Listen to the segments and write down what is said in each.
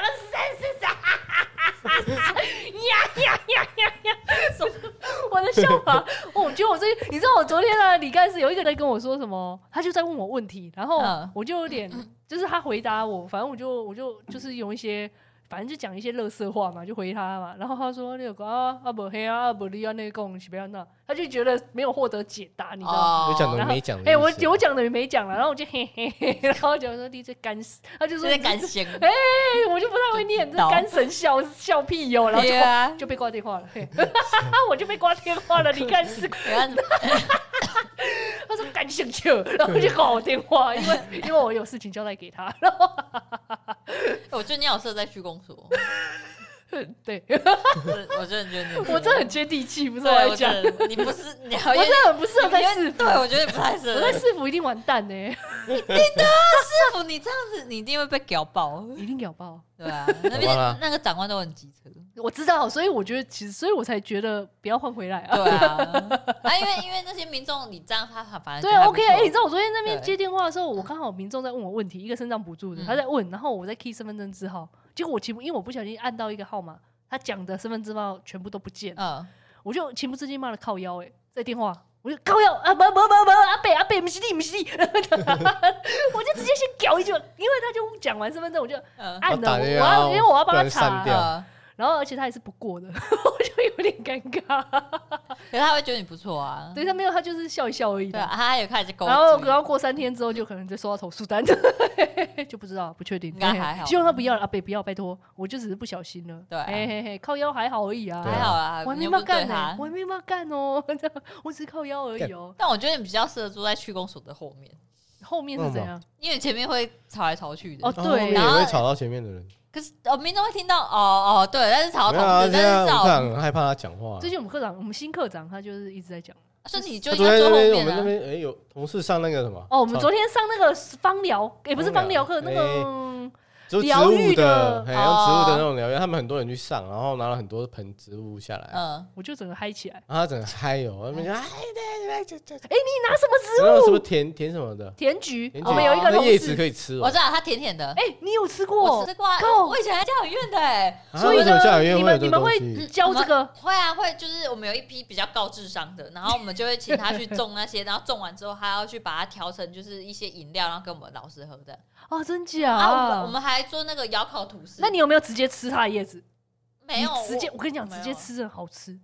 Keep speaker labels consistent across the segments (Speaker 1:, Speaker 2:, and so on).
Speaker 1: 我的笑法，哦我觉得我最近，你知道我昨天呢，李干事有一个人跟我说什么，他就在问我问题，然后
Speaker 2: 嗯
Speaker 1: 我就有点，就是他回答我，反正我就我就就是用一些，反正就讲一些乐色话嘛，就回他嘛，然后他说那个啊啊不黑啊啊不利啊那个是不要那，他就觉得没有获得解答，你知道吗？
Speaker 2: 哦
Speaker 3: 有讲的
Speaker 1: 然后
Speaker 3: 没讲的意思？
Speaker 1: 哎、我有讲等于没讲了，然后我就嘿嘿嘿，然后讲说 DJ 干死，他就
Speaker 2: 就
Speaker 1: 说
Speaker 2: 在感谢，
Speaker 1: 哎我就不太会念，这
Speaker 2: 知道
Speaker 1: 干神笑笑屁哟、然后就、
Speaker 2: 对啊
Speaker 1: 哦就被挂电话 了，嘿我就被挂电话了，你看 是，
Speaker 2: 你看
Speaker 1: 他说干兴趣，然后就挂我电话，因 为因为我有事情交代给他， 然后
Speaker 2: 我觉得你好适合在区公所，
Speaker 1: 对
Speaker 2: 我真的觉得你，
Speaker 1: 我真的很接地气，不是我
Speaker 2: 对，
Speaker 1: 在
Speaker 2: 我
Speaker 1: 讲，
Speaker 2: 真的你不是你好
Speaker 1: 我
Speaker 2: 像
Speaker 1: 真的很不适合在
Speaker 2: 你
Speaker 1: 市府
Speaker 2: 对，我觉得你不太适
Speaker 1: 我
Speaker 2: 合
Speaker 1: 在
Speaker 2: 市
Speaker 1: 市府一定完蛋欸呢、
Speaker 2: 府，你这样子你一定会被屌爆，
Speaker 1: 一定咬爆。
Speaker 2: 对吧？那
Speaker 3: 好吧
Speaker 2: 边那个长官都很机车，
Speaker 1: 我知道，所以我觉得其实，所以我才觉得不要换回来啊。
Speaker 2: 对啊， 啊，因为因为那些民众，你这样他反而
Speaker 1: 对
Speaker 2: 觉得还不
Speaker 1: ，OK，
Speaker 2: 错
Speaker 1: 哎、你知道我昨天那边
Speaker 2: 对
Speaker 1: 接电话的时候，我刚好民众在问我问题，一个肾脏补助的，
Speaker 2: 嗯
Speaker 1: 他在问，然后我在 key 身份证字号，结果我情不，因为我不小心按到一个号码，他讲的身份证号全部都不见，
Speaker 2: 嗯，
Speaker 1: 我就情不自禁骂了靠腰、哎，在电话。我就靠腰啊，不不不不，阿北阿北，不是你不是你， 我就直接先屌一句，因为他就讲完身份证，我就
Speaker 2: 嗯
Speaker 1: 按了，
Speaker 3: 啊打
Speaker 1: 我
Speaker 3: 电话
Speaker 1: 要因为我要帮
Speaker 3: 不
Speaker 1: 他
Speaker 3: 然删
Speaker 1: 查
Speaker 3: 掉，
Speaker 2: 嗯，
Speaker 1: 然后而且他也是不过的， 我就有点尴尬。
Speaker 2: 可是他会觉得你不错啊，
Speaker 1: 对他没有，他就是笑一笑而已的。
Speaker 2: 对啊，他也开始勾，
Speaker 1: 然后然后过三天之后，就可能就收到投诉单， 就不知道，不确定，
Speaker 2: 应该还好
Speaker 1: 希望他不要了，阿北不要，拜托，我就只是不小心了。
Speaker 2: 对啊
Speaker 1: 嘿嘿嘿，靠腰还好而已啊，
Speaker 3: 对
Speaker 2: 还好啊，
Speaker 1: 我还
Speaker 2: 你
Speaker 1: 没
Speaker 2: 又不
Speaker 1: 骂
Speaker 2: 是对
Speaker 1: 干呢、
Speaker 2: 他
Speaker 1: 我，还没骂干哦， 我只是靠腰而已哦。
Speaker 2: 但我觉得你比较适合住在区公所的后面，
Speaker 1: 后
Speaker 3: 嗯
Speaker 1: 面是怎样？
Speaker 2: 因为前面会吵来吵去的。
Speaker 1: 哦
Speaker 3: 然后
Speaker 1: 对
Speaker 3: 后面也
Speaker 2: 然后
Speaker 3: 会吵到前面的人。
Speaker 2: 可是哦，民众会听到哦哦，对，但是吵
Speaker 3: 没
Speaker 2: 到
Speaker 3: 有啊，
Speaker 2: 同
Speaker 3: 现
Speaker 2: 事，
Speaker 3: 在我
Speaker 2: 但是吵
Speaker 3: 看，很害怕他讲话。
Speaker 1: 最近我们科长，我们新科长他就是一直在讲
Speaker 2: 所以你就
Speaker 3: 他
Speaker 2: 应
Speaker 3: 昨
Speaker 2: 该
Speaker 3: 天
Speaker 2: 坐
Speaker 3: 那
Speaker 2: 后
Speaker 3: 边我们那
Speaker 2: 面啊。
Speaker 3: 边哎有同事上那个什么
Speaker 1: 哦，我们
Speaker 3: 操
Speaker 1: 昨天上那个芳疗，也、不是
Speaker 3: 芳
Speaker 1: 芳
Speaker 3: 疗
Speaker 1: 疗课，那
Speaker 3: 哎
Speaker 1: 个
Speaker 3: 就是植
Speaker 1: 疗
Speaker 3: 物
Speaker 1: 愈
Speaker 3: 的
Speaker 1: 的，
Speaker 3: 哎，用植物的
Speaker 2: 哦
Speaker 3: 那种疗愈，他们很多人去上，然后拿了很多盆植物下来，然后
Speaker 2: 嗯，
Speaker 1: 我就整个嗨起来。
Speaker 3: 他整个嗨哦，那边就哎对对对对，
Speaker 1: 哎、你拿什么植
Speaker 3: 然后什么
Speaker 1: 物？
Speaker 3: 甜甜什么的，
Speaker 1: 甜菊
Speaker 3: 甜，
Speaker 1: 我们有一个
Speaker 3: 那
Speaker 1: 同
Speaker 3: 叶子
Speaker 1: 事，
Speaker 3: 可以吃哦
Speaker 2: 我知。道它甜甜的，
Speaker 1: 哎、你有吃过
Speaker 2: 我？吃过啊，
Speaker 1: 够
Speaker 2: 我以前还家很院的哎，
Speaker 3: 啊
Speaker 1: 所以
Speaker 3: 为什么
Speaker 1: 呢
Speaker 3: 教养院
Speaker 1: 你
Speaker 3: 会有
Speaker 1: 们
Speaker 3: 这
Speaker 1: 你
Speaker 3: 个东
Speaker 1: 们会
Speaker 3: 西？
Speaker 1: 教
Speaker 2: 我们
Speaker 1: 这个
Speaker 2: 会啊会，就是我们有一批比较高智商的，然后我们就会请他去种那些，然 后种完之后他要去把它调成就是一些饮料，然后给我们老师喝的。
Speaker 1: 哦，真假？
Speaker 2: 啊，我们我们还做那个窑烤吐司。
Speaker 1: 那你有没有直接吃它的叶子？
Speaker 2: 没有
Speaker 1: 你直接，
Speaker 2: 我
Speaker 1: 我跟你讲，
Speaker 2: 没
Speaker 1: 直
Speaker 2: 有
Speaker 1: 接吃真的好吃。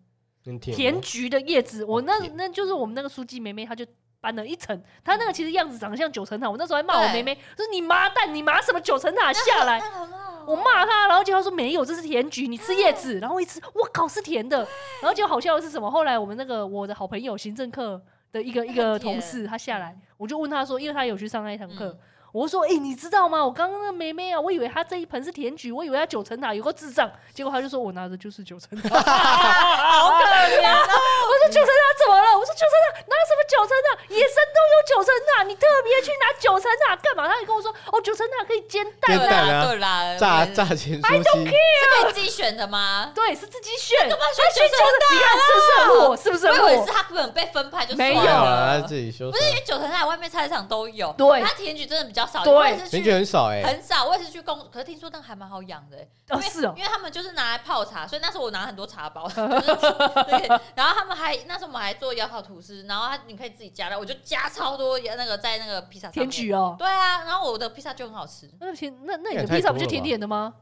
Speaker 3: 很甜
Speaker 1: 甜
Speaker 3: 吗
Speaker 1: 菊的叶子，我那
Speaker 3: 甜
Speaker 1: 那就是我们那个书记妹妹，她就搬了一层，她那个其实样子长得像九层塔，我那时候还骂我妹
Speaker 2: 对
Speaker 1: 妹，说你妈蛋，你拿什么九层塔下来？
Speaker 2: 那很好啊
Speaker 1: 我骂她，然后结果她说没有，这是甜菊，你吃叶
Speaker 2: 嗯
Speaker 1: 子。然后我一吃，我靠，是甜的。然后结果好笑的是什么？后来我们那个我的好朋友行政课的一个一个
Speaker 2: 很甜
Speaker 1: 同事，他下来，我就问他说，因为他有去上那一堂课，
Speaker 2: 嗯
Speaker 1: 我就说：“哎、你知道吗？我刚刚那妹妹啊，我以为她这一盆是甜菊，我以为她九层塔，有个智障。结果她就说我拿的就是九层塔。
Speaker 2: 好可怜啊！
Speaker 1: 我说九层塔怎么了？我说九层塔拿什么九层塔？野生都有九层塔，你特别去拿九层塔干嘛？她也跟我说哦，九层塔可以煎蛋
Speaker 3: 煎
Speaker 1: 啊，
Speaker 3: 蛋啊
Speaker 2: 对啦，
Speaker 3: 炸
Speaker 2: 对
Speaker 3: 炸前酥鸡，
Speaker 2: 是可以自己选的吗？
Speaker 1: 对，是自己选。
Speaker 2: 干嘛选
Speaker 1: 她选
Speaker 2: 九
Speaker 1: 九
Speaker 2: 层
Speaker 1: 层
Speaker 2: 塔
Speaker 1: 塔？你看是不是很弱？是不是
Speaker 2: 我
Speaker 1: 很
Speaker 2: 以为
Speaker 1: 弱
Speaker 2: 是？他根本被分派就
Speaker 1: 没有
Speaker 2: 算
Speaker 3: 啊，
Speaker 2: 了
Speaker 3: 他自己修
Speaker 2: 不。是因为九层塔外面菜市场都有，
Speaker 1: 对
Speaker 2: 它甜菊真的比较少，
Speaker 1: 对
Speaker 2: 我也是
Speaker 3: 甜觉
Speaker 2: 去
Speaker 3: 很少哎，
Speaker 2: 很少，我也是去公，可是听说那个还蛮好养的欸，
Speaker 1: 哦，
Speaker 2: 因为
Speaker 1: 是哦，
Speaker 2: 因为他们就是拿来泡茶，所以那时候我拿很多茶 包，就是对然后他们还那时候我们还做窑烤吐司，然后他你可以自己加料，我就加超多那个在那个披萨上
Speaker 1: 甜
Speaker 2: 面，
Speaker 1: 菊哦。
Speaker 2: 对啊，然后我的披萨就很好吃
Speaker 1: 那甜那那
Speaker 3: 那
Speaker 1: 你
Speaker 3: 也
Speaker 1: 的
Speaker 3: 太
Speaker 1: 披萨
Speaker 3: 多
Speaker 1: 不就
Speaker 3: 了
Speaker 1: 甜
Speaker 3: 吧
Speaker 1: 甜的吗？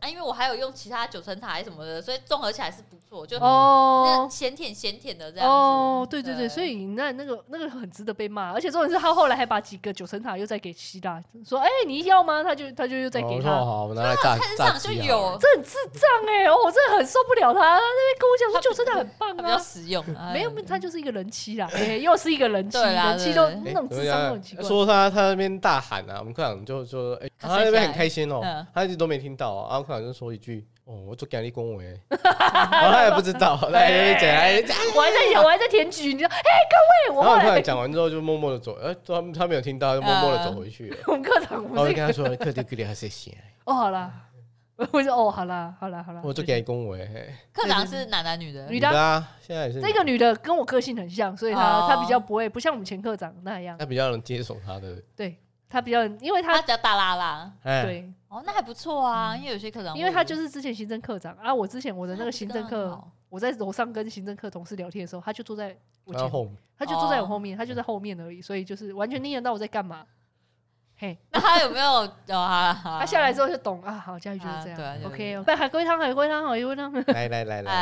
Speaker 2: 啊，因为我还有用其他九层塔还是什么的，所以综合起来是不错，就嗯那
Speaker 1: 哦
Speaker 2: 咸甜咸甜的这样子。
Speaker 1: 哦，对对
Speaker 2: 对
Speaker 1: 对，所以那那个那个很值得被骂，而且重点是他后来还把几个九层塔又再给希腊，说哎、你要吗？他就他就又再
Speaker 3: 哦
Speaker 1: 给
Speaker 3: 我
Speaker 1: 他
Speaker 3: 说，好，我拿来炸
Speaker 2: 菜市
Speaker 3: 炸
Speaker 2: 场就
Speaker 3: 鸡好了
Speaker 2: 有，
Speaker 1: 这很智障哎、哦，我真的很受不了他，他那边跟我讲说
Speaker 2: 他
Speaker 1: 九层塔很棒
Speaker 2: 它比较
Speaker 1: 啊，
Speaker 2: 实 用。哎
Speaker 1: 没有，没有他就是一个人妻啦，哎、又是一个人妻，
Speaker 2: 对啦
Speaker 1: 人妻
Speaker 2: 对
Speaker 1: 都
Speaker 2: 对
Speaker 1: 那
Speaker 3: 哎
Speaker 1: 种
Speaker 3: 怎么
Speaker 1: 智商
Speaker 3: 样
Speaker 1: 都很奇怪。
Speaker 3: 说他他那边大喊啊，我们科长就就哎，
Speaker 2: 他
Speaker 3: 他那
Speaker 2: 生气
Speaker 3: 边很
Speaker 2: 来
Speaker 3: 开心哦
Speaker 2: 嗯，
Speaker 3: 他一直都没听到啊，然后科长就说一句哦，我做奖励恭 维，我他也不知道，他也讲，哎
Speaker 1: 我还在我还在填局，你知道？哎、各位，我
Speaker 3: 然后
Speaker 1: 后
Speaker 3: 我后来
Speaker 1: 来
Speaker 3: 讲完之后就默默的走，哎，他他没有听到，就默默的走回去了。
Speaker 1: 我们课堂
Speaker 3: 然后
Speaker 1: 不
Speaker 3: 我
Speaker 1: 是
Speaker 3: 就跟他说，哎克里克里还是 行，
Speaker 1: 哦，好啦，我就哦，好啦，好啦，好啦，
Speaker 3: 我做奖励恭维。嘿
Speaker 2: 课长是男男女的，
Speaker 1: 女
Speaker 3: 女
Speaker 1: 的
Speaker 3: 的啊，现在也是
Speaker 1: 这个女的跟我个性很像，所以她、
Speaker 2: 哦
Speaker 1: 她比较不会，不像我们前科长那样，
Speaker 3: 他比较能接受他的，
Speaker 1: 对她比较，因为她
Speaker 2: 他比较大拉拉。
Speaker 3: 哎，
Speaker 1: 对，
Speaker 2: 哦，那还不错啊，因为有些课长会，
Speaker 1: 因为她就是之前行政课长啊，我之前我的那个行政
Speaker 2: 她不是刚
Speaker 1: 课
Speaker 2: 好，
Speaker 1: 我在楼上跟行政课同事聊天的时候，她就坐在我
Speaker 3: 然后
Speaker 1: 前，
Speaker 3: 后 面
Speaker 1: 她就坐
Speaker 2: 哦
Speaker 1: 在我后面，她就在后面而已，所以就是完全听得到我在干嘛。嘿，
Speaker 2: 那他有没有？哦，他
Speaker 1: 她下来之后就懂啊，好，教育就是
Speaker 2: 啊
Speaker 1: 这样。
Speaker 2: 对啊
Speaker 1: OK，那 海龟汤，海龟汤，海龟汤，
Speaker 3: 来来来来，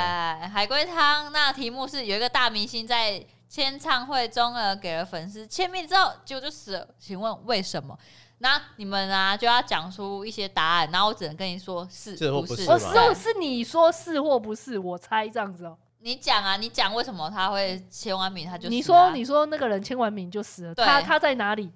Speaker 2: 哎，海龟汤那题目是有一个大明星在签唱会中呢给了粉丝签名之后，结果就死了，请问为什么？那你们啊就要讲出一些答案，然后我只能跟你说 是
Speaker 3: 是或
Speaker 2: 不
Speaker 3: 不
Speaker 1: 哦，
Speaker 3: 吧
Speaker 1: 是
Speaker 3: 吗
Speaker 1: 哦，是你说是或不是？我猜这样子哦。
Speaker 2: 你讲啊，你讲为什么他会签完名他就死啊、
Speaker 1: 你说你说那个人签完名就死了，
Speaker 2: 对
Speaker 1: 他他在哪里？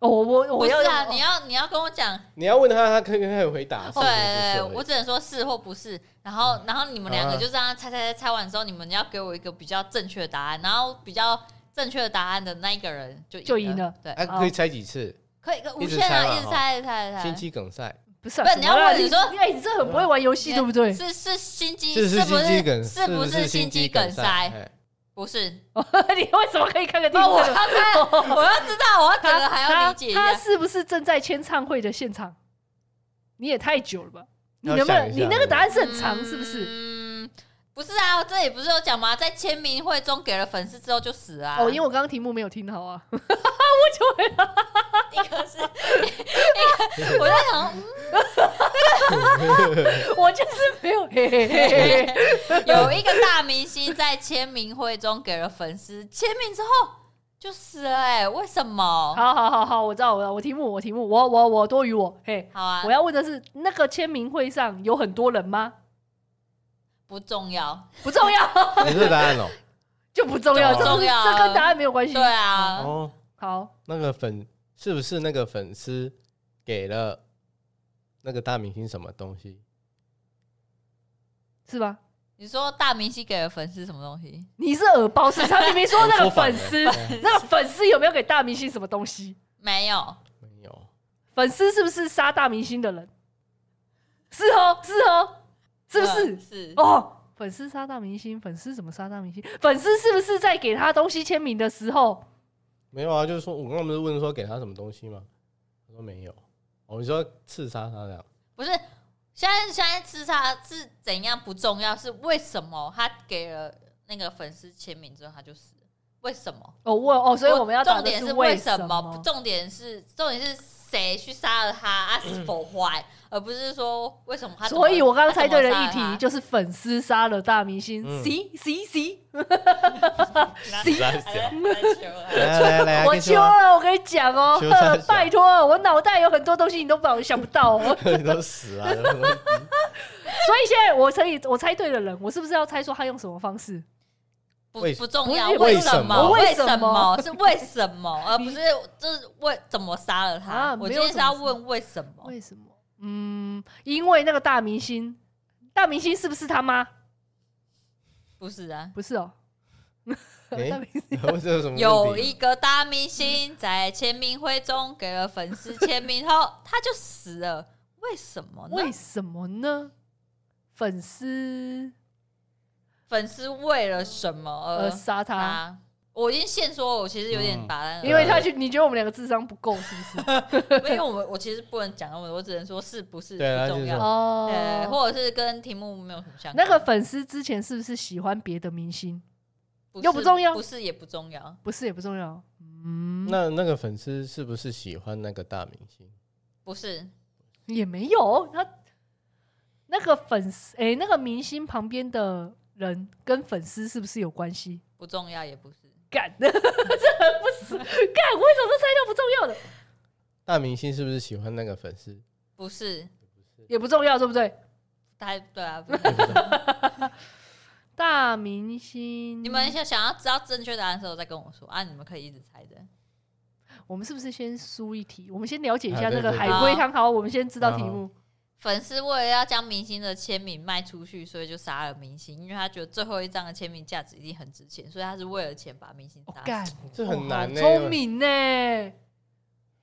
Speaker 1: 哦，我
Speaker 2: 不
Speaker 1: 我
Speaker 2: 是
Speaker 1: 要
Speaker 2: 啊？
Speaker 1: 我
Speaker 2: 你要你要跟我讲，
Speaker 3: 你要问他，他可以可以回答。啊是不是
Speaker 2: 对，
Speaker 3: 不是
Speaker 2: 我只能说是或不是。然后，然后你们两个
Speaker 3: 啊
Speaker 2: 就这样猜猜猜猜完之后，你们要给我一个比较正确的答案，然后比较正确的答案的那一个人就
Speaker 1: 就
Speaker 2: 赢
Speaker 1: 赢了。
Speaker 2: 对，
Speaker 3: 哎，可以猜几次？
Speaker 2: 可以可无
Speaker 3: 一直
Speaker 2: 限啊，
Speaker 3: 猜嘛
Speaker 2: 一直猜，一直猜，一直
Speaker 3: 心
Speaker 2: 猜。
Speaker 3: 机梗赛，
Speaker 1: 不是啊？
Speaker 2: 不是你要
Speaker 1: 怎么了
Speaker 2: 问你说
Speaker 1: 哎，你这很不会玩游戏，对不对？
Speaker 2: 是是心机，
Speaker 3: 是
Speaker 2: 不
Speaker 3: 心机
Speaker 2: 是
Speaker 3: 梗，
Speaker 2: 是不
Speaker 3: 是
Speaker 2: 心
Speaker 3: 机
Speaker 2: 梗
Speaker 3: 塞？
Speaker 2: 塞？
Speaker 3: 哎
Speaker 2: 不是，
Speaker 1: 你为什么可以看个
Speaker 2: 不，
Speaker 1: 地
Speaker 2: 我要
Speaker 1: 方？
Speaker 2: 看，我要知道， 我要整个还要理解一
Speaker 1: 他
Speaker 2: 下。
Speaker 1: 是不是正在签唱会的现场？你也太久了吧？你
Speaker 3: 要
Speaker 1: 能不能
Speaker 3: 想一下
Speaker 1: 你那个答案是很长，
Speaker 2: 嗯
Speaker 1: 是不是？
Speaker 2: 嗯，不是啊，我这里不是有讲吗？在签名会中给了粉丝之后就死啊。
Speaker 1: 哦，因为我刚刚题目没有听好啊。
Speaker 2: 一个是 一个，我在想，
Speaker 1: 我就是没有，嘿嘿嘿嘿嘿
Speaker 2: 嗯有一个大明星在签名会中给了粉丝签名之后就死了、哎，为什么？
Speaker 1: 好好好好，我知道，我知道，我题目，我题目，我我我多余我，嘿，
Speaker 2: 好啊
Speaker 1: 我，要问的是，那个签名会上有很多人吗？
Speaker 2: 不重要。
Speaker 1: 不重要，
Speaker 3: 你这个答案 哦，
Speaker 1: 就不重要，
Speaker 3: 不
Speaker 1: 这
Speaker 2: 啊重要
Speaker 1: 这跟答案没有关系
Speaker 2: 对。啊，
Speaker 3: 哦，
Speaker 1: 好，
Speaker 3: 那个粉是不是那个粉丝给了那个大明星什么东西？
Speaker 1: 是吧？
Speaker 2: 你说大明星给了粉丝什么东西？
Speaker 1: 你是耳包市场，你没说 那个
Speaker 3: 我说反
Speaker 1: 粉
Speaker 3: 了
Speaker 1: 丝，
Speaker 3: 哎
Speaker 1: 那个粉丝有没有给大明星什么东西？
Speaker 2: 没有，
Speaker 3: 没有，
Speaker 1: 粉丝是不是杀大明星的人？是哦，是哦，是不是
Speaker 2: 嗯？是
Speaker 1: 哦，粉丝杀大明星，粉丝怎么杀大明星？粉丝是不是在给他东西签名的时候？
Speaker 3: 没有啊，就是说我刚刚不是问说给他什么东西吗？他说没有。哦，你说刺杀他这样？
Speaker 2: 不是？现在现在刺杀是怎样不重要，是为什么他给了那个粉丝签名之后他就死了？为什么？
Speaker 1: 哦，问哦，所以我们要
Speaker 2: 重
Speaker 1: 找
Speaker 2: 点
Speaker 1: 是
Speaker 2: 为
Speaker 1: 什
Speaker 2: 么？重点是重点是谁去杀了他啊？是否坏，而不是说为什么他怎么。
Speaker 1: 所以我刚刚猜对了
Speaker 2: 他
Speaker 1: 一
Speaker 2: 怎么杀他
Speaker 1: 题，就是粉丝杀了大明星
Speaker 3: 嗯
Speaker 1: ，C C C，
Speaker 3: 刺杀小
Speaker 2: 来来球 来
Speaker 3: 来来来，
Speaker 1: 我
Speaker 3: 啊跟你说
Speaker 1: 秋了，我跟你讲哦
Speaker 3: 秋三，小
Speaker 1: 拜托，我脑袋有很多东西你都不想不 到哦，
Speaker 3: 你都死啊！
Speaker 1: 所以现在我可以我猜对了人，我是不是要猜说他用什么方式？
Speaker 2: 不
Speaker 3: 为
Speaker 2: 不重要，
Speaker 1: 不是
Speaker 2: 为
Speaker 3: 为什
Speaker 2: 么？
Speaker 3: 么
Speaker 2: 为
Speaker 1: 为什
Speaker 2: 么
Speaker 1: 么？
Speaker 2: 是为什么？而不
Speaker 1: 你
Speaker 2: 是就是为怎么杀了他
Speaker 1: 啊？
Speaker 2: 我
Speaker 1: 没
Speaker 2: 今
Speaker 1: 有
Speaker 2: 天是要
Speaker 1: 什么
Speaker 2: 问为什么？
Speaker 1: 为什么？嗯，因为那个大明星，大明星是不是他妈？
Speaker 2: 不是啊，
Speaker 1: 不是 哦， 大
Speaker 3: 哎
Speaker 1: 明，星
Speaker 3: 我这有什么问题
Speaker 2: 有一个大明星在签名会中给了粉丝签名后，他就死了，为什么
Speaker 1: 为
Speaker 2: 呢？
Speaker 1: 什么呢？粉丝
Speaker 2: 粉丝为了什么而
Speaker 1: 呃杀他，
Speaker 2: 啊，我已经现说，我其实有点
Speaker 3: 嗯
Speaker 2: 把那个，
Speaker 1: 因为他觉你觉得我们两个智商不够是不 是？
Speaker 2: 没有我，我其实不能讲那么多，我只能说是不是
Speaker 3: 对啊
Speaker 2: 不重
Speaker 3: 就是
Speaker 2: 要，
Speaker 3: 说
Speaker 1: 哦
Speaker 2: 对，或者是跟题目没有什么相
Speaker 1: 那
Speaker 2: 关。
Speaker 1: 个粉丝之前是不是喜欢别的明星？
Speaker 2: 不
Speaker 1: 又
Speaker 2: 是
Speaker 1: 不重要
Speaker 2: 不是也不重要，
Speaker 1: 不是也不重要。嗯，
Speaker 3: 那那个粉丝是不是喜欢那个大明星？
Speaker 2: 不是
Speaker 1: 也没有。他那个粉丝，哎、那个明星旁边的人跟粉丝是不是有关系？
Speaker 2: 不重要，也不是。
Speaker 1: 干， 这很不是干，为什么都猜到不重要的？
Speaker 3: 大明星是不是喜欢那个粉丝？
Speaker 2: 不是，
Speaker 1: 也不重要，对不对？
Speaker 2: 他对 啊，不是
Speaker 1: 大明星，
Speaker 2: 你们想想要知道正确答案的时候再跟我说啊，你们可以一直猜的。
Speaker 1: 我们是不是先输一题？我们先了解一下
Speaker 3: 啊对
Speaker 1: 那个
Speaker 3: 对啊
Speaker 1: 海
Speaker 2: 对
Speaker 1: 龟汤。好，我们先知道题目。
Speaker 2: 粉丝为了要将明星的签名卖出去，所以就杀了明星，因为他觉得最后一张的签名价值一定很值钱，所以他是为了钱把明星
Speaker 1: 哦
Speaker 2: 杀，死。
Speaker 1: 干，
Speaker 3: 这很难欸呢、
Speaker 1: 哦好聪明呢、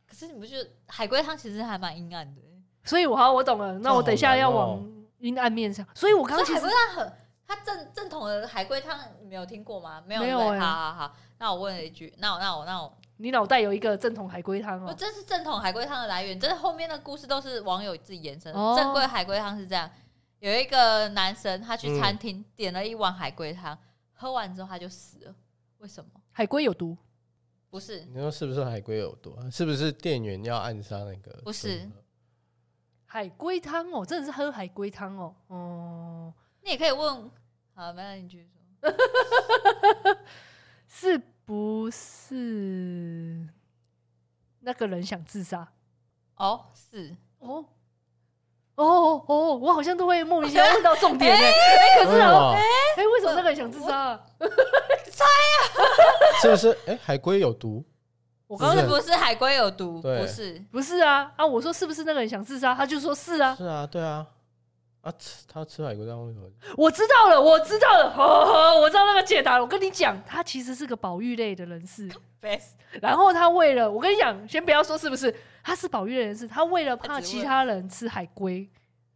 Speaker 2: 可是你不觉得海龟汤其实还蛮阴暗的？
Speaker 1: 所以我好，我懂了。那我等一
Speaker 3: 哦
Speaker 1: 下要往阴暗面上。所以我刚
Speaker 2: 所以
Speaker 1: 刚其
Speaker 2: 海
Speaker 1: 实
Speaker 2: 龟汤很，它正正统的海龟汤你没有听过吗？没有，
Speaker 1: 没有
Speaker 2: 对不对
Speaker 1: 欸
Speaker 2: 好好好，那我问了一句，那我那我那我，
Speaker 1: 你脑袋有一个正统海龟汤
Speaker 2: 我
Speaker 1: 哦，
Speaker 2: 这是正统海龟汤的来源，真的后面的故事都是网友自己延伸的。
Speaker 1: 哦
Speaker 2: 正规海龟汤是这样，有一个男生他去
Speaker 3: 嗯
Speaker 2: 餐厅、点了一碗海龟汤，喝完之后他就死了，为什么？
Speaker 1: 海龟有毒，
Speaker 2: 不是，
Speaker 1: 嗯
Speaker 3: 你说是不是海龟有毒、啊？是不是店员要暗杀那个？
Speaker 2: 不是，
Speaker 1: 海龟汤哦，真的是喝海龟汤哦。哦、
Speaker 2: 你也可以问，好，没有你继续说。
Speaker 1: 是不是那个人想自杀？
Speaker 2: 哦，是，
Speaker 1: 哦哦哦，我好像都会莫名其妙问到重点呢、 哎、可是
Speaker 3: 哎
Speaker 1: 啊，
Speaker 3: 呦
Speaker 1: 哎、为什么那个人想自杀、啊？
Speaker 3: 是不是？哎、海龟有毒？
Speaker 1: 我刚
Speaker 3: 不
Speaker 1: 刚
Speaker 3: 是
Speaker 2: 是不是海龟有毒？
Speaker 3: 对
Speaker 2: 不是，
Speaker 1: 不是啊啊！我说是不是那个人想自杀？他就说是啊，
Speaker 3: 是啊，对啊，啊吃他吃海龟汤为什么？
Speaker 1: 我知道了，我知道了，呵呵我知道那个解答了。我跟你讲，他其实是个保育类的人士，然后他为了我跟你讲，先不要说是不是，他是保育类人士，他为了怕
Speaker 2: 他只
Speaker 1: 其
Speaker 2: 问
Speaker 1: 他人吃海龟，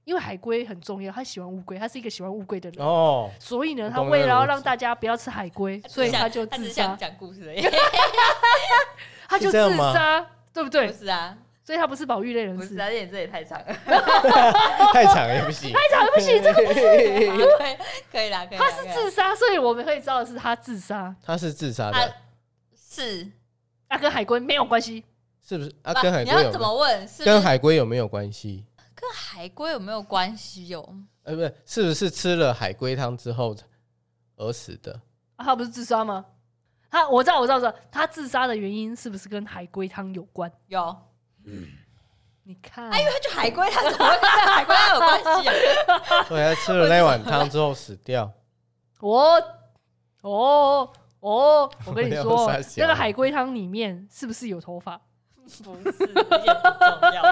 Speaker 1: 因为海龟很重要，他喜欢乌龟，他是一个喜欢乌龟的人，
Speaker 3: 哦，
Speaker 1: 所以呢，
Speaker 3: 我
Speaker 1: 他
Speaker 3: 懂
Speaker 1: 为了
Speaker 3: 那个逻
Speaker 1: 要
Speaker 3: 辑
Speaker 1: 让大家不要吃海龟，所以
Speaker 2: 只想
Speaker 1: 他就
Speaker 2: 他
Speaker 1: 自
Speaker 2: 只
Speaker 1: 杀
Speaker 2: 想，讲故事而 已，
Speaker 1: 他就是
Speaker 3: 这样
Speaker 1: 自
Speaker 3: 吗
Speaker 1: 杀，对不
Speaker 2: 不
Speaker 1: 对？
Speaker 2: 是啊，
Speaker 1: 所以他不是保育类人
Speaker 2: 不
Speaker 1: 士
Speaker 2: 是，啊，而且你这也太长了。
Speaker 3: 太长了也不行，太长
Speaker 1: 不行
Speaker 3: 这个不
Speaker 2: 好
Speaker 3: 是。
Speaker 2: 可以可以 啦，可以啦。
Speaker 1: 他是
Speaker 2: 可以啦
Speaker 1: 自杀，所以我们可以知道的是他自杀，
Speaker 3: 他是自杀
Speaker 2: 啊
Speaker 3: 的，
Speaker 2: 是
Speaker 1: 那跟海龟没有关系。
Speaker 3: 是不是？啊，
Speaker 2: 不
Speaker 3: 跟海
Speaker 2: 你
Speaker 3: 龟
Speaker 2: 要
Speaker 3: 有
Speaker 2: 怎
Speaker 3: 没有
Speaker 2: 么问？是不
Speaker 3: 跟
Speaker 2: 是
Speaker 3: 海龟有没有关系？
Speaker 2: 跟海龟有没有关系哟？
Speaker 3: 呃，不是，是不是吃了海龟汤之后而死的？
Speaker 1: 啊、他不是自杀吗？他我知道，我知道，我知道，他自杀的原因是不是跟海龟汤有关？
Speaker 2: 有，
Speaker 1: 你看，
Speaker 2: 那就海龟它怎么会跟海龟它有关系啊？
Speaker 3: 对啊，吃了那碗汤之后死掉。
Speaker 1: 我哦哦，我跟你
Speaker 3: 我
Speaker 1: 说
Speaker 3: 要傻，笑
Speaker 1: 那个海龟汤里面是不是有头发？
Speaker 2: 不是，也不重要。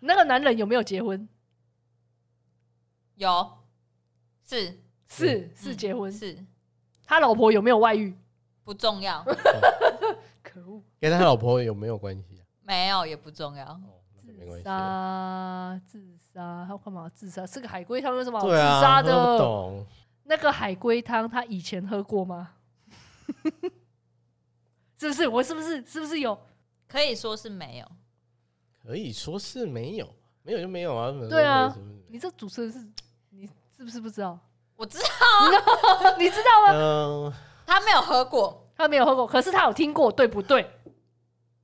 Speaker 1: 那个男人有没有结婚？
Speaker 2: 有是
Speaker 1: 是是
Speaker 2: 嗯
Speaker 1: 结婚，
Speaker 2: 是
Speaker 1: 他老婆有没有外遇？
Speaker 2: 不重要，
Speaker 1: 可恶，
Speaker 3: 跟他老婆有没有关系啊？
Speaker 2: 没有也不重要。
Speaker 3: 哦，那就没关系
Speaker 1: 自
Speaker 3: 了。
Speaker 1: 杀自杀，他干嘛自杀？这个海龟汤有什么好自
Speaker 3: 对啊，
Speaker 1: 杀
Speaker 3: 我都不
Speaker 1: 的？
Speaker 3: 懂。
Speaker 1: 那个海龟汤他以前喝过吗？ 是不是？我是不是是不是有？
Speaker 2: 可以说是没有，
Speaker 3: 可以说是没有，没有就没有啊。
Speaker 1: 对啊
Speaker 3: 什么
Speaker 1: 你这主持人是，你是不是不知道？
Speaker 2: 我知道
Speaker 1: 你知道吗？
Speaker 3: 嗯，
Speaker 2: 他没有喝过，
Speaker 1: 他没有喝过，可是他有听过，对不对？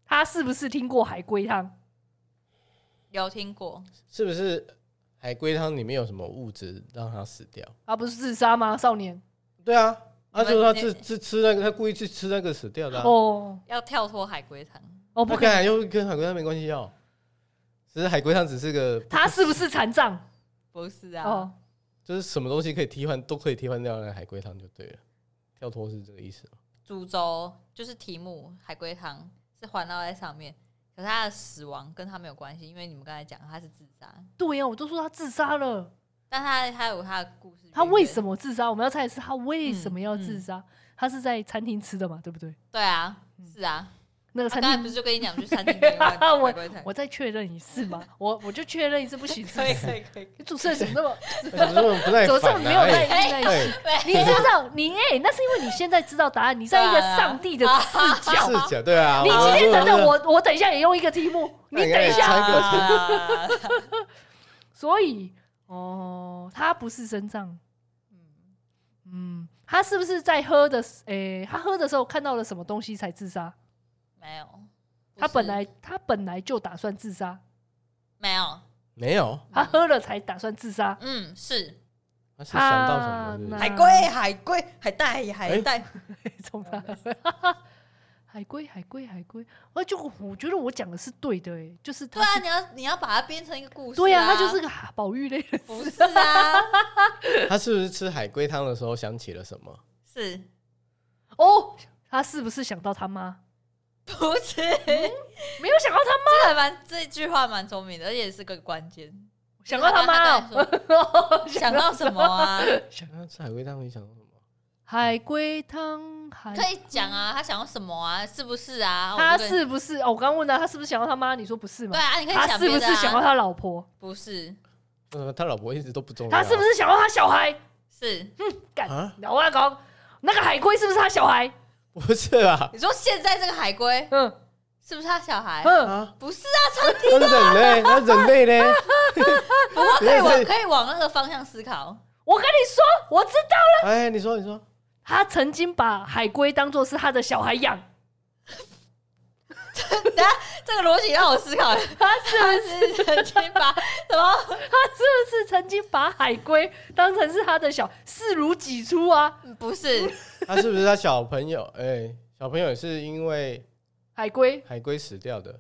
Speaker 1: 他是不是听过海龟汤？
Speaker 2: 有听过，
Speaker 3: 是不是海龟汤里面有什么物质让他死掉？
Speaker 1: 啊，不是自杀吗？少年，
Speaker 3: 对啊，他
Speaker 2: 你们
Speaker 3: 说他自
Speaker 2: 你
Speaker 3: 自吃那个，他故意去吃那个死掉的啊。
Speaker 1: 哦
Speaker 2: 要跳脱海龟汤。
Speaker 1: 哦，
Speaker 3: 那
Speaker 1: 不可
Speaker 3: 看
Speaker 1: 能，
Speaker 3: 来又跟海龟汤没关系哦。只是海龟汤只是个，
Speaker 1: 他是不是残障？
Speaker 2: 不是啊，
Speaker 1: 哦，
Speaker 3: 就是什么东西可以替换都可以替换掉那个海龟汤就对了。跳脱是这个意思吗。哦
Speaker 2: 主轴就是题目海龟汤是环绕在上面，可是他的死亡跟他没有关系，因为你们刚才讲他是自杀，
Speaker 1: 对啊呀、我都说他自杀了，
Speaker 2: 但他他有他的故事渊源。
Speaker 1: 他为什
Speaker 2: 么？
Speaker 1: 么自杀？我们要猜的是他为什么要自杀？他是在餐厅吃的嘛，对不对？
Speaker 2: 对啊，
Speaker 1: 嗯
Speaker 2: 是啊，
Speaker 1: 那个
Speaker 2: 他
Speaker 1: 餐
Speaker 2: 刚才不
Speaker 1: 厅，
Speaker 2: 是就跟你讲去餐厅点一碗海龟汤？
Speaker 1: 我再确认一次嘛， 我我就确认一次不行，是不
Speaker 2: 可以
Speaker 1: 是？
Speaker 2: 可以可以，
Speaker 1: 你主持人怎么那么，
Speaker 3: 哎怎么这么不耐
Speaker 1: 怎么这么
Speaker 3: 烦
Speaker 1: 没有
Speaker 3: 啊？
Speaker 1: 耐
Speaker 3: 哎
Speaker 1: 心耐心？你
Speaker 2: 对，
Speaker 1: 知道你哎、那是因为你现在知道答案，你在一个上帝的视 角。
Speaker 3: 是假对啊。
Speaker 1: 你
Speaker 3: 我
Speaker 1: 今天等
Speaker 3: 我
Speaker 1: 等我，我等一下也用一个题目，你
Speaker 3: 那你
Speaker 1: 等一
Speaker 3: 看
Speaker 1: 下。
Speaker 3: 猜过
Speaker 2: 啊
Speaker 1: 所以哦，他不是身障，
Speaker 2: 嗯
Speaker 1: 嗯，他是不是在喝的时？诶、他喝的时候看到了什么东西才自杀？
Speaker 2: 没有，
Speaker 1: 他
Speaker 2: 不是
Speaker 1: 本来他本来就打算自杀，
Speaker 2: 没有，
Speaker 3: 没有，
Speaker 1: 他喝了才打算自杀。
Speaker 2: 嗯，是
Speaker 3: 他是想到什么？是不是
Speaker 1: 啊那
Speaker 2: 海龟海龟海带海
Speaker 1: 哎
Speaker 2: 带，
Speaker 1: 从他 海龟，海龟，海龟，啊，就我觉得我讲的是对的、诶，就是他
Speaker 2: 对啊，
Speaker 1: 是
Speaker 2: 你要你要把它编成一个故事，
Speaker 1: 对
Speaker 2: 啊，
Speaker 1: 啊，他就是个保育类人。
Speaker 2: 不是啊，
Speaker 3: 他是不是吃海龟汤的时候想起了什么？
Speaker 2: 是
Speaker 1: 哦，他是不是想到他妈？
Speaker 2: 不是，这
Speaker 1: 没有想到他
Speaker 2: 还
Speaker 1: 妈，
Speaker 2: 蛮这句话蛮聪明的，而且是个关键。
Speaker 1: 想到他妈哦、
Speaker 2: 妈，想到什么啊？
Speaker 3: 想要吃海龟汤，你想到什么？
Speaker 1: 海龟汤，海
Speaker 2: 可以讲啊，他想要什么啊？是不是啊？我
Speaker 1: 他
Speaker 2: 就跟
Speaker 1: 是不是？哦，我刚问他，他是不是想到他妈？你说不是吗
Speaker 2: 对？啊，你可以
Speaker 1: 他
Speaker 2: 想
Speaker 1: 是
Speaker 2: 别
Speaker 1: 不
Speaker 2: 的啊
Speaker 1: 是想到他老婆？
Speaker 2: 不是
Speaker 3: 呃，他老婆一直都不重要。
Speaker 1: 他是不是想到他小孩？
Speaker 2: 是？
Speaker 3: 啊？
Speaker 1: 然后我要讲那个海龟是不是他小孩？
Speaker 3: 不是啊，
Speaker 2: 你说现在这个海龟
Speaker 1: 嗯
Speaker 2: 是不是他小 孩？
Speaker 1: 嗯，
Speaker 3: 啊，
Speaker 2: 不是啊，
Speaker 3: 他人类，他人类嘞，
Speaker 2: 不过可以
Speaker 3: 对
Speaker 2: 往
Speaker 3: 对
Speaker 2: 可以往那个方向思考。
Speaker 1: 我跟你说，我知道
Speaker 3: 哎，你说，你说，
Speaker 1: 他曾经把海龟当做是他的小孩养，
Speaker 2: 这个逻辑让我思考，他是不是曾经把什么？
Speaker 1: 他是不是曾经把海龟当成是他的小视如己出啊？
Speaker 2: 不是，
Speaker 3: 他是不是他小朋友？哎，小朋友也是因为
Speaker 1: 海龟
Speaker 3: 海龟死掉的。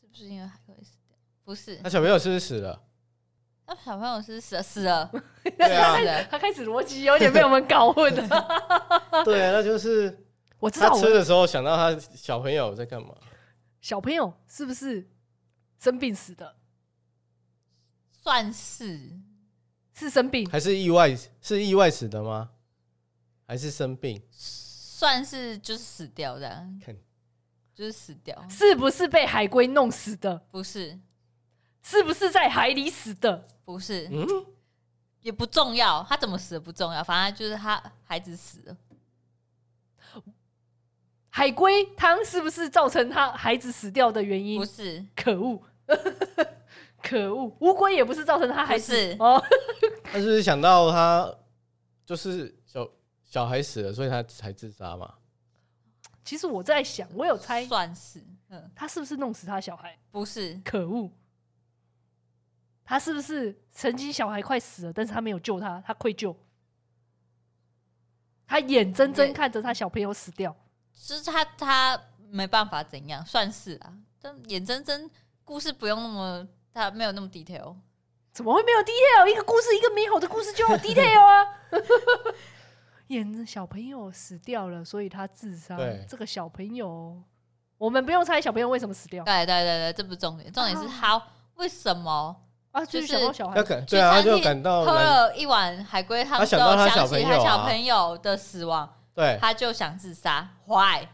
Speaker 2: 是不是因为海龟死掉？不是
Speaker 3: 他，小朋友是不是死了？
Speaker 2: 那小朋友是死了，死 了，
Speaker 3: 对啊
Speaker 2: 死，了。
Speaker 1: 他开始逻辑有点被我们搞 混了。
Speaker 3: 对啊，那就是
Speaker 1: 我知
Speaker 3: 他
Speaker 1: 道我
Speaker 3: 吃的时候想到他小朋友在干嘛。
Speaker 1: 小朋友是不是生病死的？
Speaker 2: 算是
Speaker 1: 是生病，
Speaker 3: 还是意外？是意外死的吗？还是生病？
Speaker 2: 算是就是死掉的，
Speaker 3: 看
Speaker 2: 就是死掉，
Speaker 1: 是不是被海龟弄死的？
Speaker 2: 不是
Speaker 1: 是不是在海里死的？
Speaker 2: 不是，
Speaker 3: 嗯，
Speaker 2: 也不重要，他怎么死的不重要，反正就是他孩子死了，
Speaker 1: 海龟汤是不是造成他孩子死掉的原因
Speaker 2: 不？是
Speaker 1: 可恶， 可恶！乌龟也不是造成他孩子
Speaker 2: 不是
Speaker 1: 哦，
Speaker 3: 他是不是想到他就是小小孩死了，所以他才自杀嘛？
Speaker 1: 其实我在想，我有猜
Speaker 2: 算是，嗯，
Speaker 1: 他是不是弄死他小孩？
Speaker 2: 不是
Speaker 1: 可恶！他是不是曾经小孩快死了，但是他没有救他，他愧疚，他眼睁睁
Speaker 2: 对
Speaker 1: 看着他小朋友死掉。
Speaker 2: 就是他他没办法怎样，算是啊。但眼睁睁故事不用那么，他没有那么 detail。
Speaker 1: 怎么会没有 detail？一个故事，一个美好的故事就有 detail 啊！演着小朋友死掉了，所以他自杀
Speaker 3: 对。
Speaker 1: 这个小朋友，我们不用猜小朋友为什么死掉
Speaker 2: 对对对对，这不是重点，重点是他为什么
Speaker 1: 啊，就
Speaker 2: 就是
Speaker 1: 是想到小孩
Speaker 3: 他。感
Speaker 2: 去
Speaker 3: 对啊，他
Speaker 2: 餐
Speaker 3: 就
Speaker 2: 厅
Speaker 3: 感到
Speaker 2: 喝
Speaker 3: 难
Speaker 2: 了一碗海龟汤
Speaker 3: 他
Speaker 2: 之
Speaker 3: 想
Speaker 2: 后，
Speaker 3: 到他
Speaker 2: 想
Speaker 3: 小
Speaker 2: 起
Speaker 3: 朋
Speaker 2: 他
Speaker 3: 友
Speaker 2: 小
Speaker 3: 啊
Speaker 2: 朋友的死亡，
Speaker 3: 对，
Speaker 2: 他就想自杀。Why？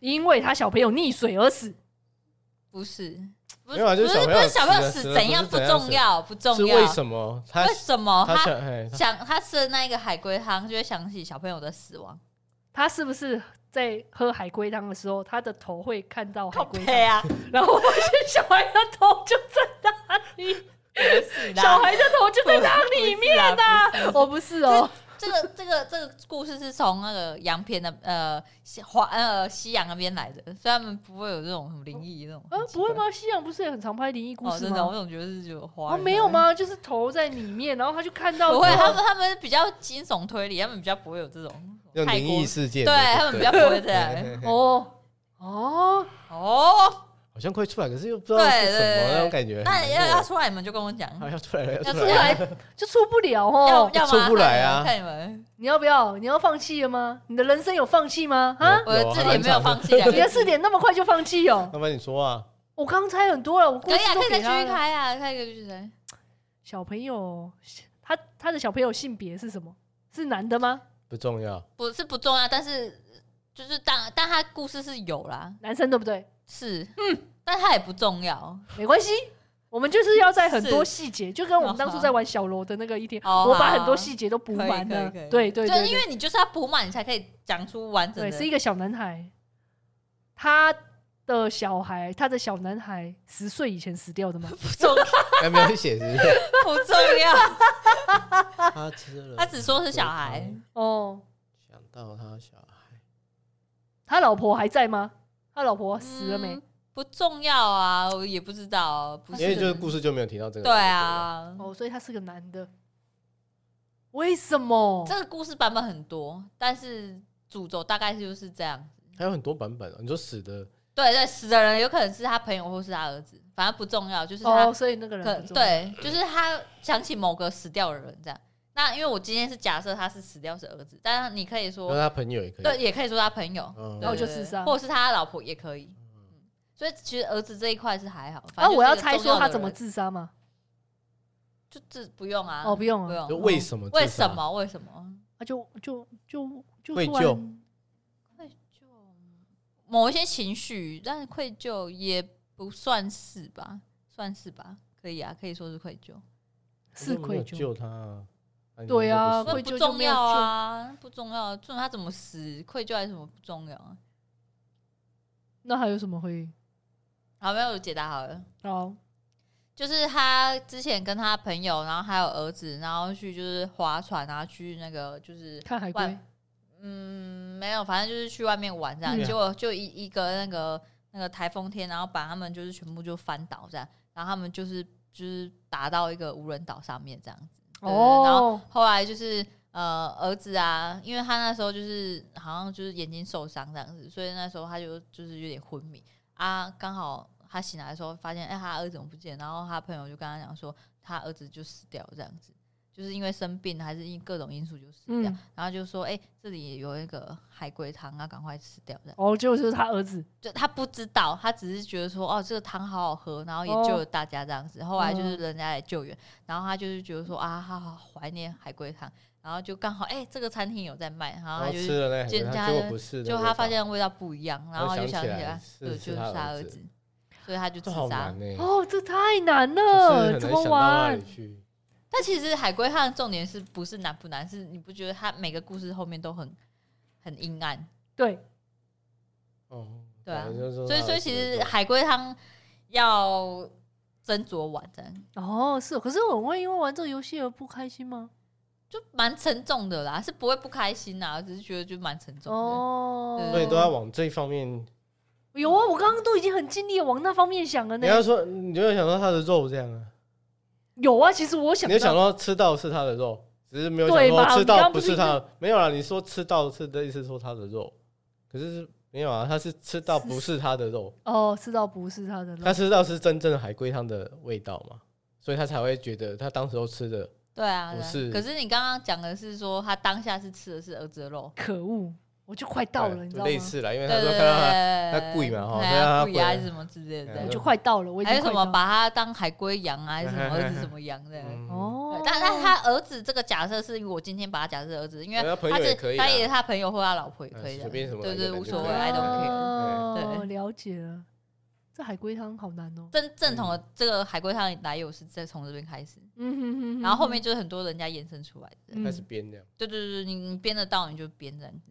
Speaker 1: 因为他小朋友溺水而死，
Speaker 2: 不是，不
Speaker 3: 没
Speaker 2: 是，
Speaker 3: 有啊就
Speaker 2: 不
Speaker 3: 是
Speaker 2: 是，
Speaker 3: 小
Speaker 2: 不
Speaker 3: 朋友
Speaker 2: 是小朋
Speaker 3: 死了
Speaker 2: 友
Speaker 3: 死
Speaker 2: 死
Speaker 3: 了
Speaker 2: 怎
Speaker 3: 不
Speaker 2: 样
Speaker 3: 是
Speaker 2: 不
Speaker 3: 怎样
Speaker 2: 重
Speaker 3: 死
Speaker 2: 要，不重
Speaker 3: 是
Speaker 2: 要。
Speaker 3: 为什么？他
Speaker 2: 为什么
Speaker 3: 他
Speaker 2: 他
Speaker 3: 想哎，他
Speaker 2: 想他吃的那一个海龟汤，就会想起小朋友的死亡？
Speaker 1: 他是不是在喝海龟汤的时候，他的头会看到海
Speaker 2: 靠
Speaker 1: 龟
Speaker 2: 背
Speaker 1: 汤，
Speaker 2: 啊，
Speaker 1: 然后发现小孩的头就在 那里，小孩的头就在那里面呐、哦，不是哦，
Speaker 2: 这个这个这个故事是从那个洋片的呃西华呃西洋那边来的，所以他们不会有这种什么灵异那种。
Speaker 1: 啊，不会？吗？西洋不是也很常拍灵异故
Speaker 2: 哦，
Speaker 1: 事
Speaker 2: 真的，我
Speaker 1: 吗？
Speaker 2: 总觉得是就华
Speaker 1: 哦，
Speaker 2: 人
Speaker 1: 没有？吗？就是头在里面，然后他就看到
Speaker 2: 不会，
Speaker 1: 之后
Speaker 2: 他们他们比较惊悚推理，他们比较不会有这种
Speaker 3: 用
Speaker 2: 泰
Speaker 3: 灵
Speaker 2: 国
Speaker 3: 异，事件
Speaker 2: 对
Speaker 3: 的，
Speaker 2: 他们比较不会这样。
Speaker 3: 对
Speaker 1: 哦哦，
Speaker 2: 哦，
Speaker 3: 好像快出来，可是又不知道是
Speaker 2: 对
Speaker 3: 什
Speaker 2: 对
Speaker 3: 么
Speaker 2: 对
Speaker 3: 那种感 觉。
Speaker 2: 那
Speaker 3: 很
Speaker 2: 要
Speaker 3: 难
Speaker 2: 要
Speaker 3: 过
Speaker 2: 出来你们就跟我讲，
Speaker 3: 啊要出来了，
Speaker 2: 要
Speaker 3: 出
Speaker 1: 出
Speaker 3: 来了，
Speaker 1: 来就出不了
Speaker 2: 要
Speaker 1: 哦。
Speaker 2: 要
Speaker 3: 出
Speaker 2: 吗
Speaker 3: 不来啊
Speaker 2: 看你们，
Speaker 1: 你要不要？你要放弃了吗？你的人生有放弃吗？啊，
Speaker 2: 我的
Speaker 3: 有啊
Speaker 2: 字典没有放弃啊，
Speaker 1: 你的字典那么快就放弃哦？
Speaker 3: 要不然你说啊，
Speaker 1: 我刚猜很多了，我故
Speaker 2: 可以啊，
Speaker 1: 事都
Speaker 2: 可以再
Speaker 1: 给
Speaker 2: 继
Speaker 1: 他
Speaker 2: 续
Speaker 1: 了。
Speaker 2: 开啊，开一个继续开。
Speaker 1: 小朋友，他他的小朋友性别是什么？是男的吗？
Speaker 3: 不重要，
Speaker 2: 不是不重要，但是就是当但他故事是有啦，
Speaker 1: 男生对不对？
Speaker 2: 是嗯，但他也不重要。
Speaker 1: 没关系，我们就是要在很多
Speaker 2: 是
Speaker 1: 细节，就跟我们当初在玩小罗的那个一天，
Speaker 2: 哦
Speaker 1: 我把
Speaker 2: 好
Speaker 1: 很多细节都补满
Speaker 2: 可以可
Speaker 1: 了。
Speaker 2: 以可以
Speaker 1: 对对
Speaker 2: 就是
Speaker 1: 对，
Speaker 2: 因为你就是要补满，你才可以讲出完整
Speaker 1: 对
Speaker 2: 的。
Speaker 1: 是一个小男孩，他的小孩，他的小男孩十岁以前死 掉的吗？
Speaker 2: 不重要，
Speaker 3: 还哎没有写是不是？
Speaker 2: 不重 要。
Speaker 3: 他吃了，
Speaker 2: 他只说是小孩，
Speaker 1: 哦，
Speaker 3: 想到他小孩，
Speaker 1: 他老婆还在吗？他老婆死了没？
Speaker 2: 嗯不重要啊，我也不知道，不是。
Speaker 3: 因为就是故事就没有提到这个。
Speaker 2: 对，啊，
Speaker 1: 哦，所以他是个男的。为什么？
Speaker 2: 这个故事版本很多，但是主轴大概就是这样。
Speaker 3: 还有很多版本啊。你说死的，
Speaker 2: 对对，死的人有可能是他朋友或是他儿子，反正不重要，就是他
Speaker 1: 哦，所以那个人
Speaker 2: 可
Speaker 1: 不重要，
Speaker 2: 对，就是他想起某个死掉的人这样。那因为我今天是假设他是死掉是儿子，但是你可以
Speaker 3: 那
Speaker 2: 说
Speaker 3: 他朋友也可以。
Speaker 2: 对，也可以说他朋友，
Speaker 3: 嗯
Speaker 2: 对
Speaker 1: 那我就
Speaker 2: 对
Speaker 1: 自
Speaker 2: 对
Speaker 1: 杀
Speaker 2: 或者是他老婆也可以。
Speaker 3: 嗯
Speaker 2: 所以其实儿子这一块是还好。
Speaker 1: 啊，
Speaker 2: 反正
Speaker 1: 我要
Speaker 2: 就是一个
Speaker 1: 猜
Speaker 2: 重要
Speaker 1: 说
Speaker 2: 的
Speaker 1: 他怎么
Speaker 2: 人
Speaker 1: 自杀吗？
Speaker 2: 就这不用啊，
Speaker 1: 哦，不用
Speaker 2: 不
Speaker 1: 啊，
Speaker 2: 用
Speaker 3: 就为什么？
Speaker 2: 为什？么为什么？
Speaker 1: 啊就就就就
Speaker 3: 愧
Speaker 1: 突然
Speaker 3: 疚
Speaker 2: 就某一些情绪，但是愧疚也不算是吧，算是吧，可以啊，可以说是愧疚，
Speaker 1: 是
Speaker 3: 我没有
Speaker 1: 愧疚，
Speaker 3: 救他啊。啊
Speaker 1: 对啊
Speaker 3: 你们就不是
Speaker 2: 不
Speaker 1: 愧疚就
Speaker 2: 重
Speaker 1: 没有
Speaker 2: 要啊，不重要，重他怎么死，愧疚还是什么不重要啊。
Speaker 1: 那还有什么会？
Speaker 2: 好，没有我解答好了。
Speaker 1: 哦，
Speaker 2: 就是他之前跟他朋友，然后还有儿子，然后去就是划船，然后去那个就是
Speaker 1: 看海龟
Speaker 2: 外，嗯没有，反正就是去外面玩这样，
Speaker 1: 啊
Speaker 3: 嗯
Speaker 2: 结果就一一个那个那个台风天，然后把他们就是全部就翻倒这样，然后他们就是就是打到一个无人岛上面这样子。对然后
Speaker 1: 哦，
Speaker 2: 后来就是呃儿子啊，因为他那时候就是好像就是眼睛受伤这样子，所以那时候他就就是有点昏迷啊。刚好他醒来的时候发现，哎、他儿子怎么不见？然后他朋友就跟他讲说，他儿子就死掉了这样子，就是因为生病还是因各种因素就死掉。
Speaker 1: 嗯，
Speaker 2: 然后就说，哎、这里有一个海龟汤啊，赶快吃掉这样。
Speaker 1: 哦，结果就是他儿子，
Speaker 2: 就他不知道，他只是觉得说，哦，这个汤好好喝，然后也救了大家这样子。后来就是人家来救援，然后他就是觉得说，啊，他好怀念海龟汤，然后就刚好，哎、这个餐厅有在卖，然
Speaker 3: 然
Speaker 2: 后他
Speaker 3: 后
Speaker 2: 就
Speaker 3: 哦吃
Speaker 2: 是，
Speaker 3: 了那海龟
Speaker 2: 煎
Speaker 3: 汤，
Speaker 2: 加
Speaker 3: 结
Speaker 2: 的
Speaker 3: 果不是的味道，哦
Speaker 2: 就他发现味道不一样，然后他就
Speaker 3: 想
Speaker 2: 想
Speaker 3: 起
Speaker 2: 起
Speaker 3: 来
Speaker 2: 来，
Speaker 3: 是
Speaker 2: 对，
Speaker 3: 是
Speaker 2: 就是
Speaker 3: 他
Speaker 2: 他
Speaker 3: 儿
Speaker 2: 儿
Speaker 3: 子
Speaker 2: 子，所以他就自
Speaker 3: 这好
Speaker 2: 杀
Speaker 3: 难。呢，
Speaker 1: 哦，这太难
Speaker 3: 嗯就是
Speaker 1: 了，
Speaker 3: 很难
Speaker 1: 怎么
Speaker 3: 想到哪
Speaker 1: 玩
Speaker 3: 里？去。
Speaker 2: 但其实海龟汤的重点是不是难不难？是你不觉得他每个故事后面都很很阴暗？
Speaker 1: 对，
Speaker 3: 哦，
Speaker 2: 对啊
Speaker 3: 反正就是说
Speaker 2: 所以，
Speaker 3: 他
Speaker 2: 所以
Speaker 3: 儿
Speaker 2: 其
Speaker 3: 子
Speaker 2: 实
Speaker 3: 就
Speaker 2: 海龟汤要斟酌完这样。
Speaker 1: 哦，是哦，可是我会因为玩这个游戏而不开心吗？
Speaker 2: 就蛮沉重的啦，是不会不开心啦，只是觉得就蛮沉重的。
Speaker 1: 哦，
Speaker 3: 所以都要往这一方面。
Speaker 1: 有啊，我刚刚都已经很尽力地往那方面想了呢
Speaker 3: 你。要说，你就会想到他的肉这样啊，
Speaker 1: 有啊，其实我想
Speaker 3: 你就想
Speaker 1: 到，
Speaker 3: 到吃到是他的肉，只是没有想
Speaker 1: 对吧
Speaker 3: 说吃
Speaker 1: 你刚
Speaker 3: 到
Speaker 1: 刚
Speaker 3: 不
Speaker 1: 不是
Speaker 3: 是他的，没有啦。你说吃到是的意思，说他的肉，可是没有啊，他是吃到不是他的肉，
Speaker 1: 哦，吃到不是他的肉
Speaker 3: 他，吃到是真正的海龟汤的味道嘛，所以他才会觉得他当时候吃的
Speaker 2: 对啊，
Speaker 3: 不
Speaker 2: 对啊
Speaker 3: 是
Speaker 2: 可是你刚刚讲的是说他当下是吃的是儿子的肉，
Speaker 1: 可恶，我就快到了，
Speaker 3: 对啊
Speaker 1: 你知
Speaker 3: 哎就
Speaker 1: 道
Speaker 3: 类
Speaker 1: 吗？
Speaker 3: 似啦，因为
Speaker 2: 对
Speaker 3: 他说
Speaker 2: 对对
Speaker 3: 看到他
Speaker 2: 对，
Speaker 3: 他贵嘛哈
Speaker 2: 哎
Speaker 3: 对啊
Speaker 2: 呀
Speaker 3: 他
Speaker 2: 贵啊，
Speaker 3: 贵
Speaker 2: 还是什么之类
Speaker 3: 对啊
Speaker 1: 我
Speaker 2: 的
Speaker 1: 就，快到了，我已
Speaker 2: 还
Speaker 1: 经
Speaker 2: 有什么
Speaker 1: 快到了。
Speaker 2: 把他当海龟养啊，还是什么儿子怎么养 的。
Speaker 3: 嗯
Speaker 1: 哦
Speaker 2: 对，但但他儿子这个假设是我今天把他假设是儿子，因为
Speaker 3: 对啊他朋友
Speaker 2: 他是
Speaker 3: 也可以啦
Speaker 2: 他也是他朋友或他老婆也可以
Speaker 3: 嗯
Speaker 2: 的，
Speaker 3: 随便什么
Speaker 2: 对
Speaker 3: 来一个
Speaker 2: 对，
Speaker 3: 人
Speaker 2: 无
Speaker 3: 就
Speaker 2: 所谓
Speaker 3: 可以了
Speaker 2: ，I don't care。
Speaker 1: 哦
Speaker 2: 对对
Speaker 1: 了解了，这海龟汤好难哦。
Speaker 2: 正正统
Speaker 3: 嗯
Speaker 2: 的这个海龟汤的来由是在从这边开始，
Speaker 1: 嗯哼哼
Speaker 2: 然后后面就是很多人家延伸出来的。
Speaker 3: 开始
Speaker 1: 嗯
Speaker 3: 编这样，
Speaker 2: 对对对，你你编得到你就编这样子，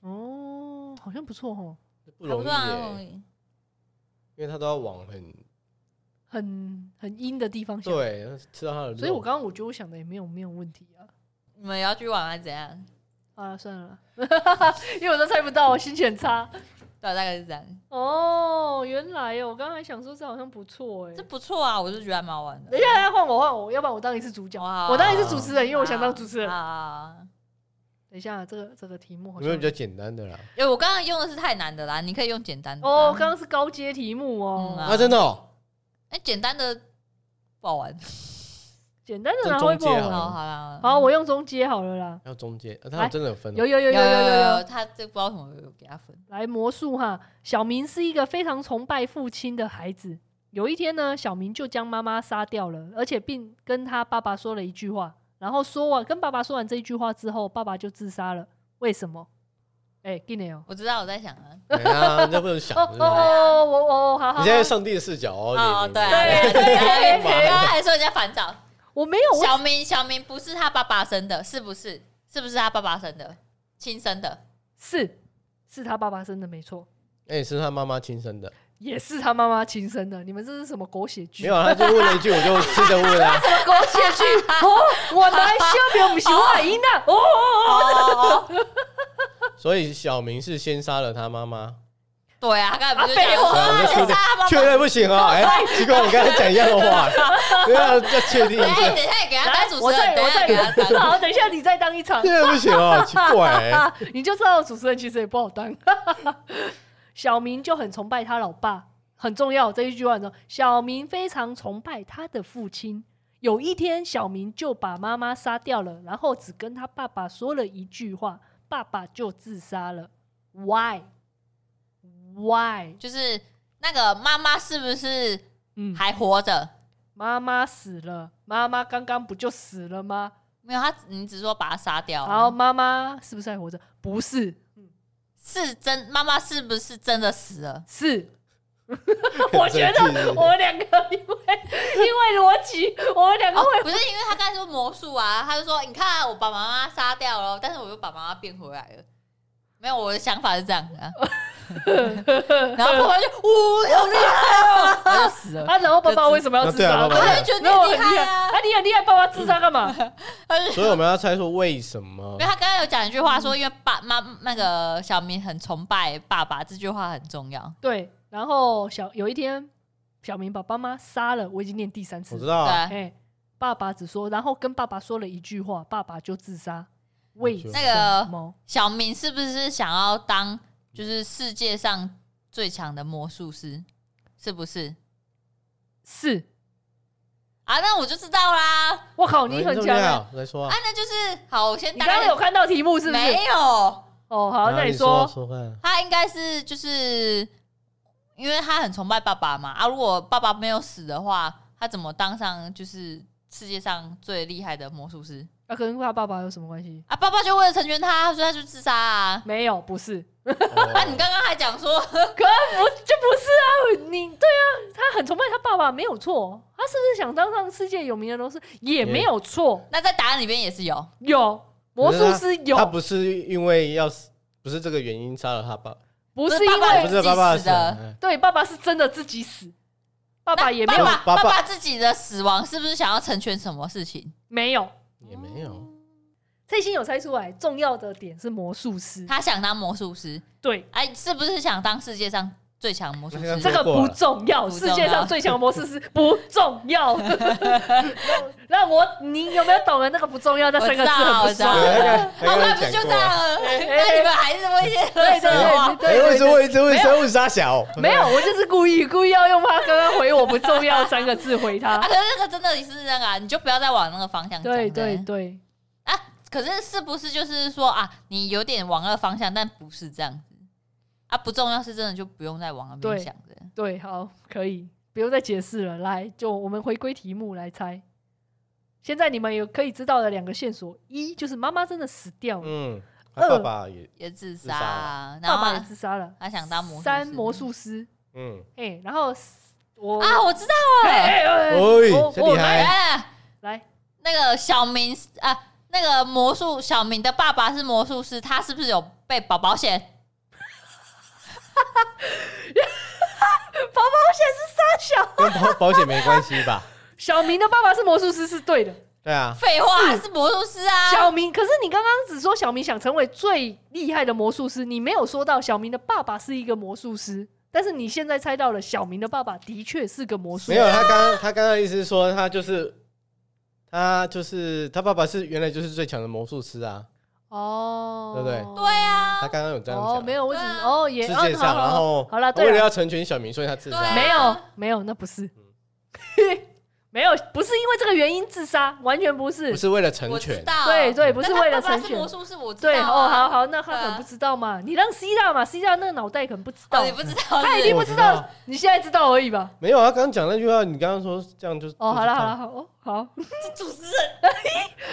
Speaker 1: 哦，好像不错哦，
Speaker 3: 不容易
Speaker 2: 还不错啊不容
Speaker 3: 耶，
Speaker 2: 易
Speaker 3: 因为他都要往很
Speaker 1: 很很阴的地方想。
Speaker 3: 对吃到他的肉，
Speaker 1: 所以我刚刚我觉得我想的也没有没有问题啊。
Speaker 2: 你们也要去玩还是怎样？
Speaker 1: 啊，算了 啦，因为我都猜不到，我心情很差。
Speaker 2: 对，大概是这样。
Speaker 1: 哦，原来哦，我刚才想说这好像不错哎、
Speaker 2: 这不错啊，我就觉得还蛮好玩的。啊
Speaker 1: 等一下，换我换我，要不然我当一次主角，啊
Speaker 2: 哇
Speaker 1: 我当一次主持人，因为我想当主持人。
Speaker 2: 啊。
Speaker 1: 等一下，这个这个题目好
Speaker 3: 有没有
Speaker 1: 像
Speaker 3: 比较简单的啦？
Speaker 2: 哎因为我刚刚用的是太难的啦，你可以用简单的啦。啊
Speaker 1: 哦，刚刚是高阶题目哦，
Speaker 2: 嗯啊
Speaker 3: 啊，真的哦，
Speaker 2: 哎，简单的不好玩。
Speaker 1: 简单的
Speaker 3: 这
Speaker 1: 拿
Speaker 3: 中
Speaker 1: 会不
Speaker 3: 阶好
Speaker 1: 好
Speaker 3: 了
Speaker 1: 玩？
Speaker 2: 好，好啦，
Speaker 1: 好，我用中阶好了啦。
Speaker 3: 要中间，啊他有真的有分哦
Speaker 1: 有有有
Speaker 2: 有
Speaker 1: 有有有有
Speaker 2: 有，，他这不知道为什么有给他分。
Speaker 1: 来魔术哈，小明是一个非常崇拜父亲的孩子。有一天呢，小明就将妈妈杀掉了，而且并跟他爸爸说了一句话。然后说完跟爸爸说完这一句话之后，爸爸就自杀了。为什么？哎、欸，n 哦，
Speaker 2: 我知道我在想啊。
Speaker 3: 对啊，那不能 想
Speaker 1: 哦
Speaker 3: 是不
Speaker 1: 哦
Speaker 3: 是
Speaker 1: 哦，我哦，好好
Speaker 3: 你现在上帝的视角哦，
Speaker 2: 哦，
Speaker 3: 你
Speaker 2: 对啊，
Speaker 1: 对
Speaker 2: 对啊
Speaker 1: 对
Speaker 2: 对啊，刚刚还说人家烦躁。
Speaker 1: 我没有，我
Speaker 2: 小明，小明不是他爸爸生的，是不是？是不是他爸爸生的？亲生的？
Speaker 1: 是是他爸爸生的，没错，
Speaker 3: 哎、是他妈妈亲生的，
Speaker 1: 也是他妈妈亲生的。你们这是什么狗血剧？
Speaker 3: 没有，
Speaker 2: 啊
Speaker 3: 啊他就问了一句，我就吃着问啊，
Speaker 1: 狗血剧哦，我来修表不喜欢赢的哦。
Speaker 2: 哦，
Speaker 3: 所以小明是先杀了他妈妈，
Speaker 2: 对啊，他刚才不就讲
Speaker 1: 啊废话
Speaker 2: 说
Speaker 3: 啊我就
Speaker 2: 先杀他爸爸
Speaker 3: 确认不行哦，哎、奇怪，我刚才讲一样的话，对啊，要确定一
Speaker 2: 哎，
Speaker 3: 下，
Speaker 2: 等一下也给他当主
Speaker 1: 我
Speaker 2: 持
Speaker 1: 再
Speaker 2: 人，等
Speaker 1: 我
Speaker 2: 一下
Speaker 1: 再
Speaker 2: 给他当。
Speaker 1: 好，等一下你再当一场
Speaker 3: 确。认不行哦，奇怪、哎
Speaker 1: 啊，你就知道主持人其实也不好当。 小明就很崇拜他老爸，很重要这一句话很重要。小明非常崇拜他的父亲。有一天，小明就把妈妈杀掉了，然后只跟他爸爸说了一句话，爸爸就自杀了。Why? Why?
Speaker 2: 就是那个妈妈是不是
Speaker 1: 嗯，
Speaker 2: 还活着？
Speaker 1: 妈妈死了，妈妈刚刚不就死了吗？
Speaker 2: 没有，他你只说把他杀掉啊，
Speaker 1: 然后妈妈是不是还活着？不是，
Speaker 2: 是真妈妈是不是真的死了？
Speaker 1: 是。我觉得我们两个因为因为逻辑，我们两个
Speaker 2: 哦
Speaker 1: 会，
Speaker 2: 不是，因为他刚才说魔术啊，他就说你看我把妈妈杀掉了，但是我又把妈妈变回来了。没有，我的想法是这样啊。哦然后 爸爸就呜，好厉害哦，他就死了。
Speaker 1: 啊，然后爸爸为什么要自
Speaker 3: 那对
Speaker 1: 杀？
Speaker 3: 啊爸
Speaker 2: 他
Speaker 3: 爸
Speaker 2: 就觉得
Speaker 1: 那我
Speaker 2: 你
Speaker 1: 很
Speaker 2: 很
Speaker 1: 厉
Speaker 2: 厉
Speaker 1: 害
Speaker 2: 害啊，
Speaker 1: 啊，你很厉害，爸爸自杀 干嘛？
Speaker 2: 他就
Speaker 3: 所以我们要猜说为什么
Speaker 2: 因为？他刚刚有讲一句话说，因为爸妈那个小明很崇拜爸爸，这句话很重要。
Speaker 1: 对，然后小有一天，小明把爸妈杀了，我已经念第三次
Speaker 3: 我知
Speaker 1: 了。
Speaker 3: 道啊，
Speaker 1: 哎、
Speaker 2: 对，
Speaker 1: 爸爸只说，然后跟爸爸说了一句话，爸爸就自杀。为
Speaker 3: 就
Speaker 2: 那个
Speaker 1: 什么？
Speaker 2: 小明是不是想要当就是世界上最强的魔术师？是不是
Speaker 1: 是，
Speaker 2: 啊？那我就知道啦。
Speaker 1: 我靠，你很强、啊！
Speaker 3: 来说
Speaker 2: 啊
Speaker 3: 啊，，
Speaker 2: 那就是好，我先
Speaker 1: 你
Speaker 2: 大
Speaker 1: 刚刚
Speaker 2: 概
Speaker 1: 有看到题目是不是？
Speaker 2: 没有，
Speaker 1: 哦，好，那
Speaker 3: 你
Speaker 1: 你说，
Speaker 3: 说看，
Speaker 2: 他应该是就是因为他很崇拜爸爸嘛啊，如果爸爸没有死的话，他怎么当上就是世界上最厉害的魔术师
Speaker 1: 那、跟他爸爸有什么关系？
Speaker 2: 啊？爸爸就为了成全他，所以他就自杀啊。
Speaker 1: 没有，不是，
Speaker 2: 啊，
Speaker 3: 哦
Speaker 2: 你刚刚还讲说，
Speaker 1: 可不就不是啊？你对啊，他很崇拜他爸爸，没有错。他是不是想当上世界有名的都是也没有错？
Speaker 2: 那在答案里边也是有，
Speaker 1: 有魔术师有
Speaker 3: 他，不是因为要死，不是这个原因杀了他爸，
Speaker 1: 不是
Speaker 2: 不是
Speaker 1: 因
Speaker 2: 爸爸
Speaker 1: 为
Speaker 3: 不是爸爸哎
Speaker 2: 自己死的
Speaker 1: 对，爸爸是真的自己死，爸
Speaker 2: 那
Speaker 1: 爸也没有
Speaker 2: 爸爸
Speaker 3: 爸爸
Speaker 2: 爸自己的死亡是不是想要成全什么事情？
Speaker 1: 没有。
Speaker 3: 死也没有，
Speaker 1: 蔡心有猜出来，重要的点是魔术师，
Speaker 2: 他想当魔术师，
Speaker 1: 对
Speaker 2: 哎，是不是想当世界上最强魔术
Speaker 3: 那
Speaker 2: 师
Speaker 3: 个？
Speaker 1: 这个不重要，
Speaker 2: 不
Speaker 1: 世
Speaker 2: 重要
Speaker 1: 界上最强的魔术师 不重 要。那我你有没有懂了？那个不重要，那
Speaker 2: 我
Speaker 1: 三
Speaker 2: 知
Speaker 1: 个字
Speaker 2: 道，
Speaker 1: 很
Speaker 2: 我
Speaker 1: 不
Speaker 2: 知道。
Speaker 1: 爽。
Speaker 3: 对他
Speaker 2: 好，
Speaker 3: 刚
Speaker 2: 哦那
Speaker 3: 他
Speaker 2: 不
Speaker 3: 刚
Speaker 2: 就
Speaker 3: 讲
Speaker 2: 这
Speaker 3: 过
Speaker 2: 样
Speaker 3: 啊
Speaker 2: 了？
Speaker 1: 哎
Speaker 2: 那你们还是会一些
Speaker 1: 对对
Speaker 2: 说话
Speaker 1: 对
Speaker 3: 哎，
Speaker 1: 对
Speaker 3: 为什
Speaker 1: 对对
Speaker 3: 么为什么为什么杀小？
Speaker 1: 没有，我就是故意故意要用他刚刚回我不重要三个字回
Speaker 2: 啊，
Speaker 1: 他。
Speaker 2: 可是那个真的是那个、啊，你就不要再往那个方向讲。
Speaker 1: 对对
Speaker 2: 不
Speaker 1: 对，
Speaker 2: 啊，可是是不是就是说啊，你有点往那个方向，但不是这样子啊，不重要是真的就不用再往那边
Speaker 1: 对
Speaker 2: 想的。
Speaker 1: 对，好，可以，不用再解释了。来，就我们回归题目来猜。现在你们有可以知道的两个线索：一就是妈妈真的死掉了，
Speaker 3: 嗯，他爸爸也
Speaker 2: 也自
Speaker 3: 杀
Speaker 2: 杀、
Speaker 3: 啊
Speaker 2: 啊，然
Speaker 1: 爸
Speaker 2: 后
Speaker 1: 爸也
Speaker 2: 啊
Speaker 1: 自杀了，
Speaker 2: 他想当魔术师
Speaker 1: 三魔术师，
Speaker 3: 嗯，
Speaker 1: 哎、然后我
Speaker 2: 啊，我知道
Speaker 1: 哎
Speaker 2: 了，
Speaker 1: 哎哎
Speaker 3: 喂
Speaker 1: 我
Speaker 3: 真
Speaker 1: 我
Speaker 3: 厉害
Speaker 1: 来
Speaker 2: 哎，
Speaker 1: 来，
Speaker 2: 那个小明啊，那个魔术小明的爸爸是魔术师，他是不是有被保保险？
Speaker 1: 保保险是三小，
Speaker 3: 跟保保险没关系吧？
Speaker 1: 小明的爸爸是魔术师是对的，
Speaker 3: 对啊，
Speaker 2: 废话，是魔术师啊。
Speaker 1: 小明，可是你刚刚只说小明想成为最厉害的魔术师，你没有说到小明的爸爸是一个魔术师，但是你现在猜到了，小明的爸爸的确是个魔术
Speaker 3: 没。有，他刚刚他刚刚的意思是说他就是他就是他爸爸是原来就是最强的魔术师啊，
Speaker 1: 哦，
Speaker 3: 对不对
Speaker 2: 对啊
Speaker 3: 他，刚刚有这样
Speaker 1: 哦，
Speaker 3: 讲，
Speaker 1: 没有，我只
Speaker 2: 对啊
Speaker 1: 哦也
Speaker 3: 世
Speaker 1: 哦
Speaker 3: 界上，
Speaker 1: 好
Speaker 3: 然 后
Speaker 1: 好了，
Speaker 3: 为
Speaker 1: 对啊
Speaker 3: 了
Speaker 1: 了，
Speaker 3: 要成全小明，所以他自杀，
Speaker 2: 对
Speaker 1: 没有没有，那不是，
Speaker 3: 嗯
Speaker 1: 没有，不是因为这个原因自杀，完全不是
Speaker 3: 不，是为了成
Speaker 2: 我知
Speaker 3: 全，
Speaker 2: 道，
Speaker 1: 对对，不
Speaker 2: 但
Speaker 1: 是
Speaker 2: 哦他
Speaker 1: 为了
Speaker 2: 爸爸
Speaker 1: 成
Speaker 2: 是
Speaker 1: 全
Speaker 2: 魔。术师，我知道、啊。
Speaker 1: 对哦，好好，那他
Speaker 2: 对
Speaker 1: 可
Speaker 2: 啊
Speaker 1: 能不知道嘛，你让 C 大嘛，C 大那个脑袋可能不知道
Speaker 2: 哦，你，不知道，
Speaker 1: 他一定不知
Speaker 3: 我知
Speaker 1: 道
Speaker 3: 道，
Speaker 1: 你现在知道而已吧。
Speaker 3: 没有，他刚刚讲那句话，你刚刚说这样就
Speaker 1: 哦，好了好了，，好哦好，
Speaker 2: 是主持人。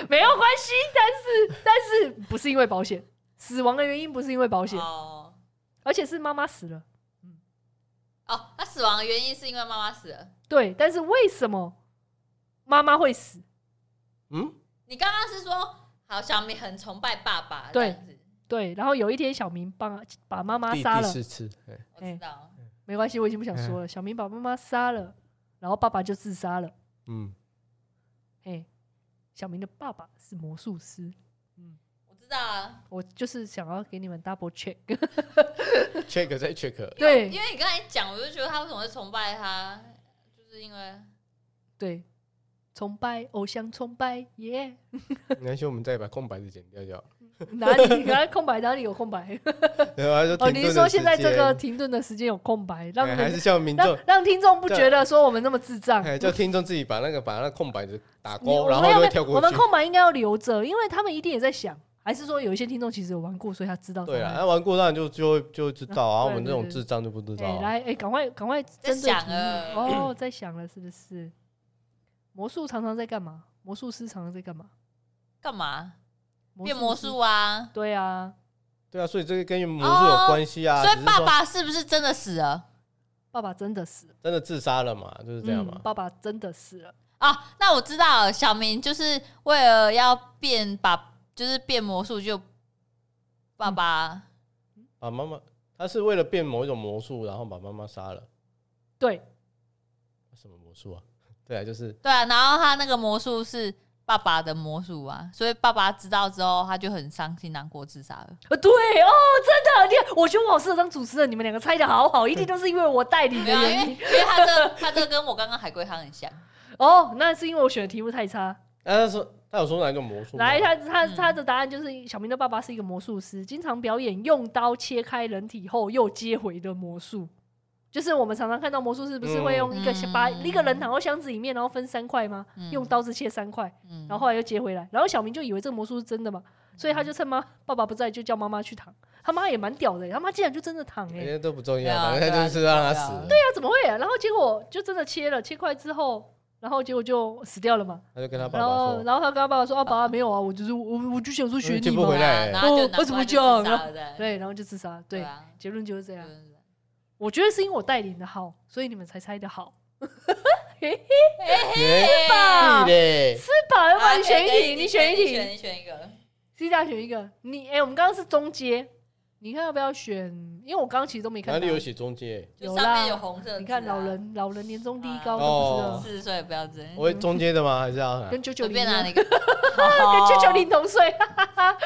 Speaker 1: 没有关系，但是但是不是因为保险，死亡的原因不是因为保险，
Speaker 2: 哦
Speaker 1: 而且是妈妈死了。
Speaker 2: 哦，他死亡的原因是因为妈妈死了。
Speaker 1: 对，但是为什么妈妈会死？
Speaker 3: 嗯，
Speaker 2: 你刚刚是说，好，小明很崇拜爸爸，
Speaker 1: 对
Speaker 2: 这样子，
Speaker 1: 对，然后有一天小明帮把妈妈
Speaker 3: 第
Speaker 1: 杀
Speaker 3: 第
Speaker 1: 了，
Speaker 3: 四次，哎
Speaker 2: 我知道。
Speaker 1: 没关系，我已经不想
Speaker 3: 嗯
Speaker 1: 说了。小明把妈妈杀了，然后爸爸就自杀了。
Speaker 3: 嗯，
Speaker 1: 哎，小明的爸爸是魔术师，
Speaker 2: 我知道啊，
Speaker 1: 我就是想要给你们 double check。
Speaker 3: check 再 check，
Speaker 1: 对
Speaker 2: 因为你刚才讲，我就觉得他为什么会崇拜他，就是因为
Speaker 1: 对，崇拜偶像崇拜耶
Speaker 3: 没关系，我们再把空白的剪掉就好。
Speaker 1: 哪里 哪里空白哪里有空 白？
Speaker 3: 然后他就
Speaker 1: 哦，
Speaker 3: 停
Speaker 1: 你
Speaker 3: 顿
Speaker 1: 是
Speaker 3: 的
Speaker 1: 说现在这个
Speaker 3: 时
Speaker 1: 停顿的时间有空白，
Speaker 3: 间
Speaker 1: 让
Speaker 3: 哎
Speaker 1: 人
Speaker 3: 还是叫民众
Speaker 1: 让，让听众不
Speaker 3: 对
Speaker 1: 觉得说我们那么智障？
Speaker 3: 哎，叫听众自己把那个把那空白的打
Speaker 1: 你
Speaker 3: 勾，
Speaker 1: 我
Speaker 3: 哦然
Speaker 1: 们
Speaker 3: 后
Speaker 1: 要
Speaker 3: 就会
Speaker 1: 不要
Speaker 3: 跳过
Speaker 1: 我们
Speaker 3: 去。
Speaker 1: 空白应该要留着，因为他们一定也在想，还是说有一些听众其实有玩过，所以他知道
Speaker 3: 对
Speaker 1: 在
Speaker 3: 啊，
Speaker 1: 哪里
Speaker 3: 那玩过当然就就会就会知道啊，
Speaker 1: 对
Speaker 3: 我们这种
Speaker 1: 对对
Speaker 3: 智障就不知道
Speaker 1: 哎、
Speaker 3: 啊。
Speaker 1: 来，哎、赶快赶快
Speaker 2: 在
Speaker 1: 针对
Speaker 2: 想啊呃
Speaker 1: 题目
Speaker 2: 了
Speaker 1: 哦，在想了是不是？魔术常常在干嘛？魔术师常常在干嘛？
Speaker 2: 干嘛变
Speaker 1: 师
Speaker 2: 魔术啊？
Speaker 1: 对啊，
Speaker 3: 对啊，所以这个跟魔术
Speaker 1: 哦
Speaker 3: 有关系啊。
Speaker 2: 所
Speaker 3: 只
Speaker 2: 以
Speaker 3: 是
Speaker 2: 爸
Speaker 3: 说
Speaker 2: 爸是不是真的死了
Speaker 1: 爸爸真的死了，
Speaker 3: 真的自杀了嘛，就是这样
Speaker 1: 嗯
Speaker 3: 嘛。
Speaker 1: 爸爸真的死了，
Speaker 2: 啊？那我知道了，小明就是为了要变把，就是变魔术就爸
Speaker 1: 嗯
Speaker 2: 爸
Speaker 3: 把妈妈，他是为了变某一种魔术，然后把妈妈杀了。
Speaker 1: 对，
Speaker 3: 什么魔术啊？ 对啊，就是
Speaker 2: 对啊，然后他那个魔术是爸爸的魔术啊，所以爸爸知道之后他就很伤心难过自杀了。
Speaker 1: 呃，对哦，真的，你看，我觉得我好适合当主持人，你们两个猜的好好，一定都是因为我带你的
Speaker 2: 没有啊，因
Speaker 1: 原
Speaker 2: 为
Speaker 1: 因。
Speaker 2: 因为他这他这跟我刚刚海龟汤很像，
Speaker 1: 哦，那是因为我选的题目太差。
Speaker 3: 啊，他说他有说哪一个魔术吗？
Speaker 1: 来，他他
Speaker 2: 嗯
Speaker 1: 他的答案就是小明的爸爸是一个魔术师，经常表演用刀切开人体后又接回的魔术。就是我们常常看到魔术师不是会用一个
Speaker 2: 嗯
Speaker 1: 把一个人躺到箱子里面，然后分三块吗？
Speaker 2: 嗯
Speaker 1: 用刀子切三块，
Speaker 2: 嗯
Speaker 1: 然后后来又接回来，然后小明就以为这个魔术是真的嘛，所以他就趁妈爸爸不在就叫妈妈去躺，他妈也蛮屌的、他妈竟然就真的躺哎、
Speaker 3: 那些都不重
Speaker 2: 对
Speaker 3: 要，
Speaker 2: 啊
Speaker 3: 反正他就是让他死。
Speaker 2: 对
Speaker 1: 那怎么会、啊？然后结果就真的切了，切块之后，然后结果就死掉了嘛。
Speaker 3: 他就跟他爸
Speaker 1: 然
Speaker 3: 爸
Speaker 1: 后，
Speaker 3: 说，
Speaker 1: 然后他跟他爸爸说：“啊，爸爸没有啊，我就是我，我就想说学
Speaker 3: 嗯接
Speaker 1: 你
Speaker 3: 不回
Speaker 1: 嘛。
Speaker 3: 来
Speaker 2: 啊然后就拿
Speaker 1: 哦为什么
Speaker 2: 过来
Speaker 1: 这样
Speaker 2: 就自杀了对
Speaker 1: 对，然后就自杀。对，
Speaker 2: 啊，
Speaker 1: 结论就是这
Speaker 2: 就
Speaker 1: 样。
Speaker 2: 是
Speaker 1: 我觉得是因为我带领的好，所以你们才猜的好，哎
Speaker 3: 耶
Speaker 1: 吧
Speaker 3: 哎屁嘞，
Speaker 1: 是吧？要不
Speaker 2: 好
Speaker 1: 然你选
Speaker 2: 可以
Speaker 1: 一
Speaker 2: 可以
Speaker 1: 题，你选一
Speaker 2: 啊哎你选
Speaker 1: 题
Speaker 2: 你选一个。
Speaker 1: ，C 大选一个。你哎、我们刚刚是中阶，你看要不要选？因为我刚刚其实都没看
Speaker 3: 哪
Speaker 1: 到。
Speaker 3: 里有写中介？
Speaker 2: 就
Speaker 1: 有
Speaker 2: 上
Speaker 1: 啦
Speaker 2: 面有红色、
Speaker 1: 你看
Speaker 2: 啊
Speaker 1: 老，人，老人年终第一高
Speaker 3: 啊
Speaker 1: 都不知道，
Speaker 3: 哦
Speaker 2: 四十岁不要这样，
Speaker 3: 我会中间的吗？还是要
Speaker 1: 嗯
Speaker 3: 啊
Speaker 1: 跟九九
Speaker 2: 随
Speaker 1: 零
Speaker 2: 便啊哦
Speaker 1: 一
Speaker 2: 拿
Speaker 1: 样，
Speaker 2: 那
Speaker 1: 跟
Speaker 2: 个
Speaker 1: 九九零同岁。 啊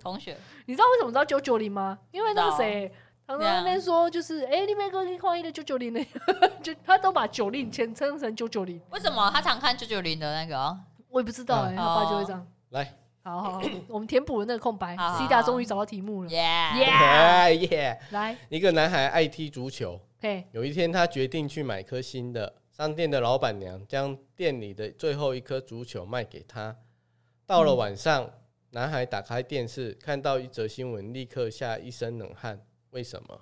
Speaker 2: 同学，
Speaker 1: 你知道为什么知道九九零吗？因为那个谁，常常
Speaker 2: 对啊
Speaker 1: 那边说就是，哎、那边跟换一的九九零的， 就他都把九零简称成九九零，
Speaker 2: 为什么他常看九九零的那个哦？
Speaker 1: 我也不知道哎、
Speaker 3: 嗯
Speaker 1: 他爸就会这样。
Speaker 3: 来？
Speaker 1: 好好，好我们填补了那个空白。
Speaker 2: 好好
Speaker 1: C 大终于找到题目了，
Speaker 2: 耶耶，
Speaker 1: Yeah
Speaker 3: 哎耶！
Speaker 1: 来，
Speaker 3: 一个男孩爱踢足球，
Speaker 1: 嘿，
Speaker 3: 有一天他决定去买颗新的。商店的老板娘将店里的最后一颗足球卖给他。到了晚上，男孩打开电视，看到一则新闻，立刻吓一身冷汗。为什么？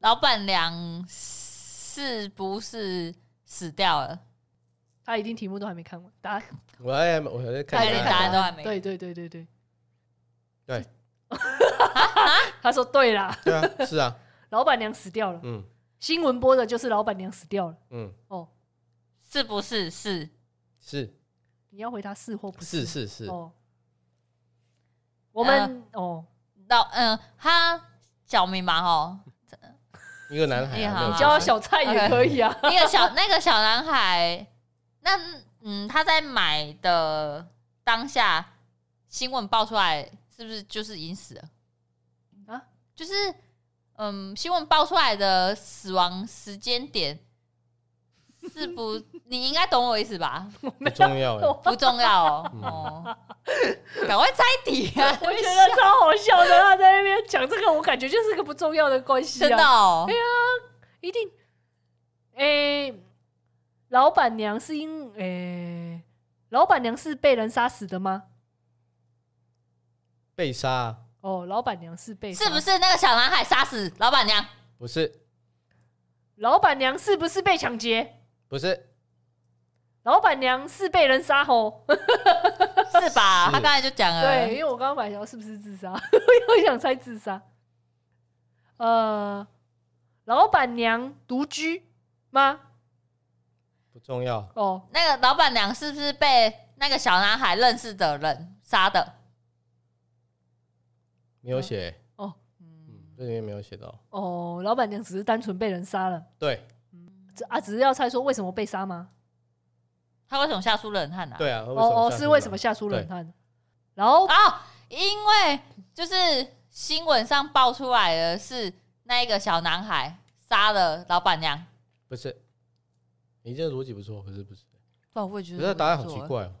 Speaker 2: 老板娘是不是死掉了？
Speaker 1: 他一定题目都还没看完，答案。
Speaker 3: 我还我还在看
Speaker 2: 看
Speaker 1: 还
Speaker 2: 连
Speaker 1: 在
Speaker 3: 答
Speaker 2: 答
Speaker 3: 案。
Speaker 2: 案都还没，
Speaker 1: 对对对对对，
Speaker 3: 对。
Speaker 1: 他说对啦，
Speaker 3: 对啊，是啊，
Speaker 1: 老板娘死掉了。
Speaker 3: 嗯
Speaker 1: 新闻播的就是老板娘死掉了。
Speaker 3: 嗯，
Speaker 1: 哦，
Speaker 2: 是不是是？
Speaker 3: 是
Speaker 1: 你要回答是或不
Speaker 3: 是是是，
Speaker 1: 哦，我们、
Speaker 2: 啊
Speaker 1: 哦，
Speaker 2: 老嗯，他小明嘛吼，
Speaker 3: 一个男孩
Speaker 2: 你
Speaker 3: 啊
Speaker 2: 好
Speaker 3: 没有
Speaker 1: 你
Speaker 3: 错，
Speaker 1: 叫他小蔡也可 以啊。
Speaker 2: 那个小那个小男孩，那嗯，他在买的当下，新闻爆出来，是不是就是已经死了？
Speaker 1: 啊，
Speaker 2: 就是嗯，新闻爆出来的死亡时间点是 不？你应该懂我意思吧？
Speaker 3: 不重要哎。
Speaker 2: 不重要哦，
Speaker 3: 嗯
Speaker 2: 哦，赶快猜底啊！
Speaker 1: 我觉得超好笑的，他在那边讲这个，我感觉就是个不重要的关系、啊，
Speaker 2: 真的哦
Speaker 1: 哎，一定。诶、老板娘是因诶、老板娘是被人杀死的吗？
Speaker 3: 被杀啊
Speaker 1: 哦，老板娘是被杀
Speaker 2: 是不？是那个小男孩杀死老板娘？
Speaker 3: 不是
Speaker 1: 老板娘是不是被抢劫？
Speaker 3: 不是
Speaker 1: 老板娘是被人杀吼？
Speaker 2: 呃是吧？
Speaker 3: 是
Speaker 2: 他刚才就讲了，
Speaker 1: 对，因为我刚刚本来想是不是自杀， 我又想猜自杀。呃，老板娘独居吗？
Speaker 3: 不重要，
Speaker 1: 哦，
Speaker 2: 那个老板娘是不是被那个小男孩认识的人杀的？
Speaker 3: 没有写，嗯
Speaker 2: 嗯，
Speaker 3: 这里面没有写到。
Speaker 1: 哦，老板娘只是单纯被人杀了，
Speaker 3: 对
Speaker 1: 只啊，只是要猜说为什么被杀吗？
Speaker 2: 他为什么吓出冷汗呢、啊？
Speaker 3: 对啊，为什
Speaker 1: 哦
Speaker 3: 么
Speaker 1: 哦，
Speaker 3: 下
Speaker 1: 是
Speaker 3: 手
Speaker 1: 为
Speaker 3: 啊
Speaker 1: 什么吓出冷汗？然后
Speaker 2: 哦，因为就是新闻上爆出来的是那一个小男孩杀了老板娘。
Speaker 3: 不是，你这个逻辑不错，可是不是，
Speaker 2: 哇，我也
Speaker 1: 嗯
Speaker 2: 觉
Speaker 3: 可是答案好奇，怪哦。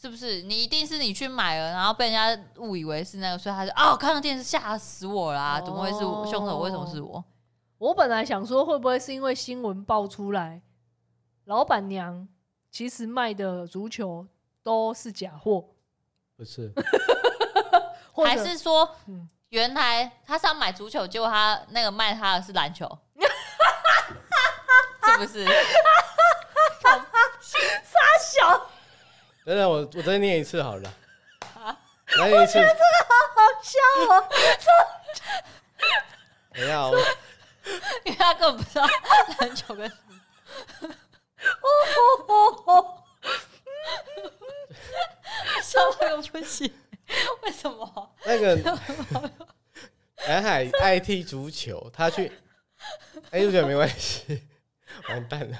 Speaker 2: 是不是？你一定是你去买了，然后被人家误以为是那个，所以他就哦，看到电视吓死我啦、
Speaker 1: 哦
Speaker 2: 怎么会是我？凶手为什么是我？
Speaker 1: 我本来想说，会不会是因为新闻爆出来，老板娘其实卖的足球都是假货？
Speaker 3: 不是，
Speaker 1: 或
Speaker 2: 还
Speaker 1: 者
Speaker 2: 是说
Speaker 1: 嗯
Speaker 2: 原来他是要买足球，结果他那个卖他的是篮球， 是不是？
Speaker 1: 小
Speaker 3: 等等，我我再念一次好 了，来念一次，
Speaker 1: 笑啊，
Speaker 3: 等一下哦，
Speaker 2: 因为他根本不知道篮球 跟什么又不行，为什么？
Speaker 3: 那个 南海爱踢足球，他去，哎、足球没关系， 完蛋了，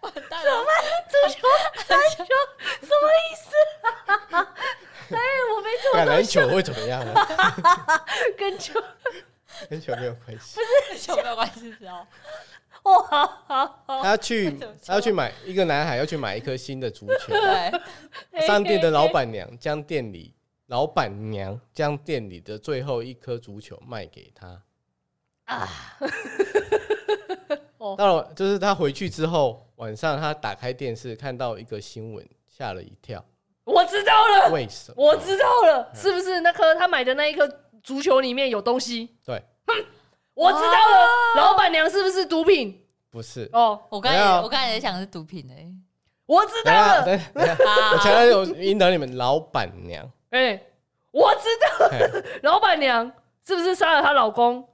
Speaker 2: 完蛋了！
Speaker 1: 足球篮球什么意思、 哎，我没怎么
Speaker 3: 橄榄啊球会怎么样啊？
Speaker 1: 跟球，
Speaker 3: 跟球没有关系。
Speaker 2: 篮球没有关系，知道？
Speaker 1: 哦，好好好，
Speaker 3: 他 去
Speaker 2: 怎么说
Speaker 3: 他要去买一个男孩要去买一颗新的足球，
Speaker 2: 对，
Speaker 3: 商店的老
Speaker 1: 哎，
Speaker 3: 板娘将店里老板娘将店里的最后一颗足球卖给他。
Speaker 2: 啊，
Speaker 1: 哦
Speaker 3: 到了就是他回去之后，晚上他打开电视看到一个新闻，吓了一跳。
Speaker 1: 我知道了，
Speaker 3: 为什么？
Speaker 1: 哦我知道
Speaker 3: 嗯
Speaker 1: 了，是不是那颗他买的那一颗足球里面有东西？
Speaker 3: 对，
Speaker 1: 我知道了，
Speaker 2: 哦
Speaker 1: 老板娘是不是毒品？
Speaker 3: 不是。
Speaker 1: 哦，
Speaker 2: 我刚
Speaker 3: 没有
Speaker 2: 才我刚才在想是毒品哎、
Speaker 1: 我知道
Speaker 3: 等一下，
Speaker 1: 了，
Speaker 3: 等一下等 一下，我前
Speaker 2: 啊，
Speaker 3: 面有引导你们老板娘，
Speaker 1: 哎，我知道
Speaker 3: 嘿
Speaker 1: 老板娘是不是杀了她老公？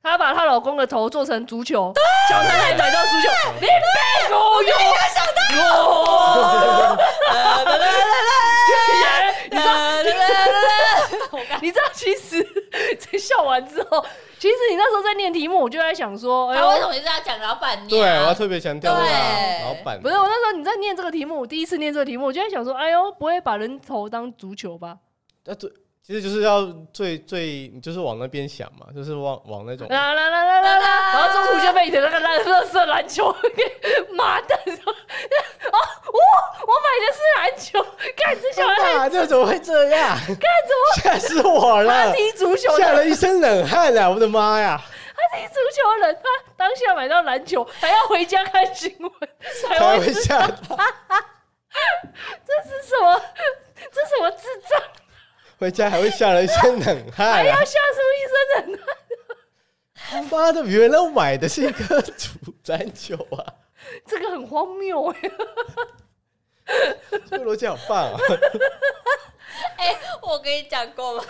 Speaker 1: 她把她老公的头做成足球，小男孩逮到足球，你被我哦有想到，你知道你知道，其实 这笑完之后，其实你那时候在念题目，我就在想说，哎
Speaker 2: 他为什
Speaker 1: 呦，
Speaker 2: 么一直要讲老板 娘？
Speaker 3: 对，我要特别强调这个啊
Speaker 2: 对
Speaker 3: 老板
Speaker 1: 不是我那时候你在念这个题目，我第一次念这个题目，我就在想说，哎呦，不会把人头当足球吧？
Speaker 3: 要最，其实就是要最最，你就是往那边想嘛，就是往往那种
Speaker 1: 啦啦啦啦啦啦，然后中途就被你的那个烂垃圾篮球给妈蛋说，哦，我我买的是篮球，看这小孩
Speaker 3: 啊，这怎么会这样？干
Speaker 1: 怎
Speaker 3: 吓死我
Speaker 1: 他
Speaker 3: 了！
Speaker 1: 踢足球
Speaker 3: 吓
Speaker 1: 的，
Speaker 3: 了一身冷汗啊！我的妈呀，
Speaker 1: 他踢足球的人，他当下买到篮球，还要回家看新闻，才
Speaker 3: 开
Speaker 1: 会
Speaker 3: 玩
Speaker 1: 知
Speaker 3: 笑，
Speaker 1: 这是什么，这什么智障，
Speaker 3: 回家还会吓了一身冷
Speaker 1: 还
Speaker 3: 汗
Speaker 1: 要
Speaker 3: 啊！
Speaker 1: 吓出一身冷汗，
Speaker 3: 妈的，原来我买的是一颗主篮球啊！
Speaker 1: 这个很荒谬哎、
Speaker 3: 这个逻辑好棒啊！
Speaker 2: 哎、我跟你讲过吗？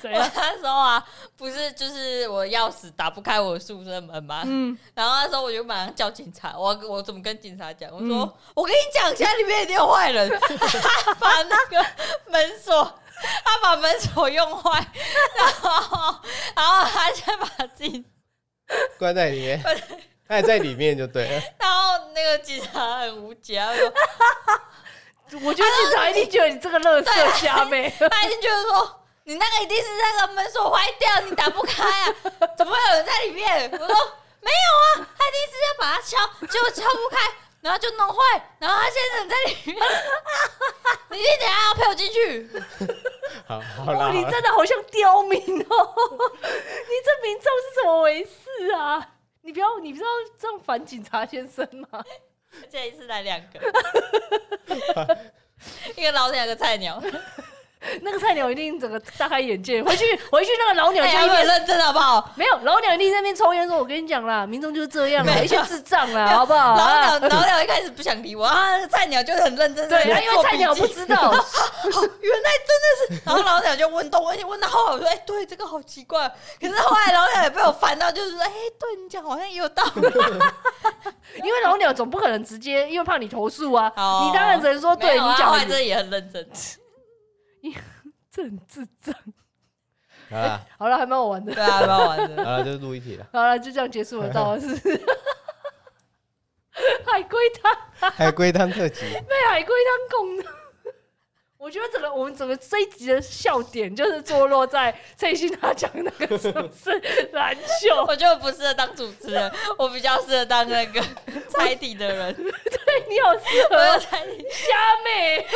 Speaker 1: 怎
Speaker 2: 我
Speaker 1: 样？
Speaker 2: 那时候啊，不是就是我钥匙打不开我宿舍门吗？
Speaker 1: 嗯，
Speaker 2: 然后那时候我就马上叫警察，我我怎么跟警察讲？我说、
Speaker 1: 嗯
Speaker 2: 我跟你讲，现在里面一定有坏人， 他把那个门锁，他把门锁用坏，然后然后他先把自己，
Speaker 3: 关在里面，他也在里面就对了。
Speaker 2: 然后那个警察很无解，他说
Speaker 1: 我觉得警察一定觉得你这个垃圾瞎妹。
Speaker 2: 他一定觉得说。你那个一定是那个门锁坏掉，你打不开啊？怎么会有人在里面？我说没有啊，他一定是要把它敲，结果敲不开，然后就弄坏，然后他现在人在里面。 你一定等一下要陪我进去。
Speaker 3: 好，好啦，
Speaker 1: 哇，哦你
Speaker 3: 好啦
Speaker 1: 真的好像刁民哦！ 你这民众是怎么回事啊？你不要，你不要这样反警察先生吗？
Speaker 2: 这一次来两个，一个老鸟，一个菜鸟。
Speaker 1: 那个菜鸟一定整个大开眼界，回去回去那个老鸟
Speaker 2: 哎
Speaker 1: 就
Speaker 2: 呀，
Speaker 1: 一
Speaker 2: 你很
Speaker 1: 边、
Speaker 2: 认真好不好？
Speaker 1: 没有老鸟一定在那边抽烟说：“我跟你讲啦，民众就是这样啦，啊
Speaker 2: 没有
Speaker 1: 一些智 障啦，好不好？”
Speaker 2: 老鸟
Speaker 1: 啊
Speaker 2: 老鸟一开始不想理我，啊，那个菜鸟就很认真。
Speaker 1: 对，啊因为菜鸟不知道，
Speaker 2: 原来真的是， 然后老鸟就问东问西，问到后来我说，哎、对，这个好奇怪。可是后来老鸟也被我烦到，就是说，哎、对你讲好像也有道理。
Speaker 1: 因为老鸟总不可能直接，因为怕你投诉啊，
Speaker 2: 哦
Speaker 1: 你当然只能说
Speaker 2: 没
Speaker 1: 对你
Speaker 2: 有啊
Speaker 1: 讲
Speaker 2: 后
Speaker 1: 的
Speaker 2: 来
Speaker 1: 也
Speaker 2: 真
Speaker 1: 是，
Speaker 2: 的也很认真。
Speaker 1: 这很智障。
Speaker 3: 好啦，
Speaker 1: 好了，还蛮好玩 的。
Speaker 2: 对啊，蛮好玩
Speaker 3: 好
Speaker 2: 的。
Speaker 3: 啦，就是录一题了。
Speaker 1: 好了，就这样结束了， 到是 海龟汤。
Speaker 3: 海龟汤特辑，
Speaker 1: 被海龟汤拱的。 我觉得整个我们整个这一集的笑点就是坐落在蔡欣他讲那个是不 是篮球？
Speaker 2: 我就不适合当主持人，我比较适合当那 个猜题的人。
Speaker 1: 对你好适
Speaker 2: 我有
Speaker 1: 合
Speaker 2: 猜题，
Speaker 1: 虾妹，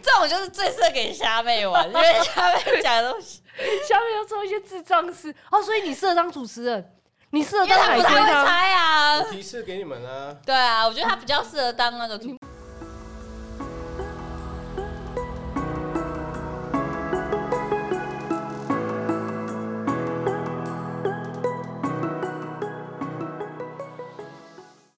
Speaker 2: 这种就是最适合给虾妹 玩，因为虾妹讲的东 西，
Speaker 1: 虾妹要做一些智障事哦，所以你适合当主持人，你适合
Speaker 2: 因为
Speaker 1: 当
Speaker 2: 她
Speaker 1: 海
Speaker 2: 不
Speaker 1: 龟
Speaker 2: 太会
Speaker 1: 汤。
Speaker 2: 猜啊。
Speaker 3: 提示给你们啊。
Speaker 2: 对啊，我觉得她比较适合当那个主持人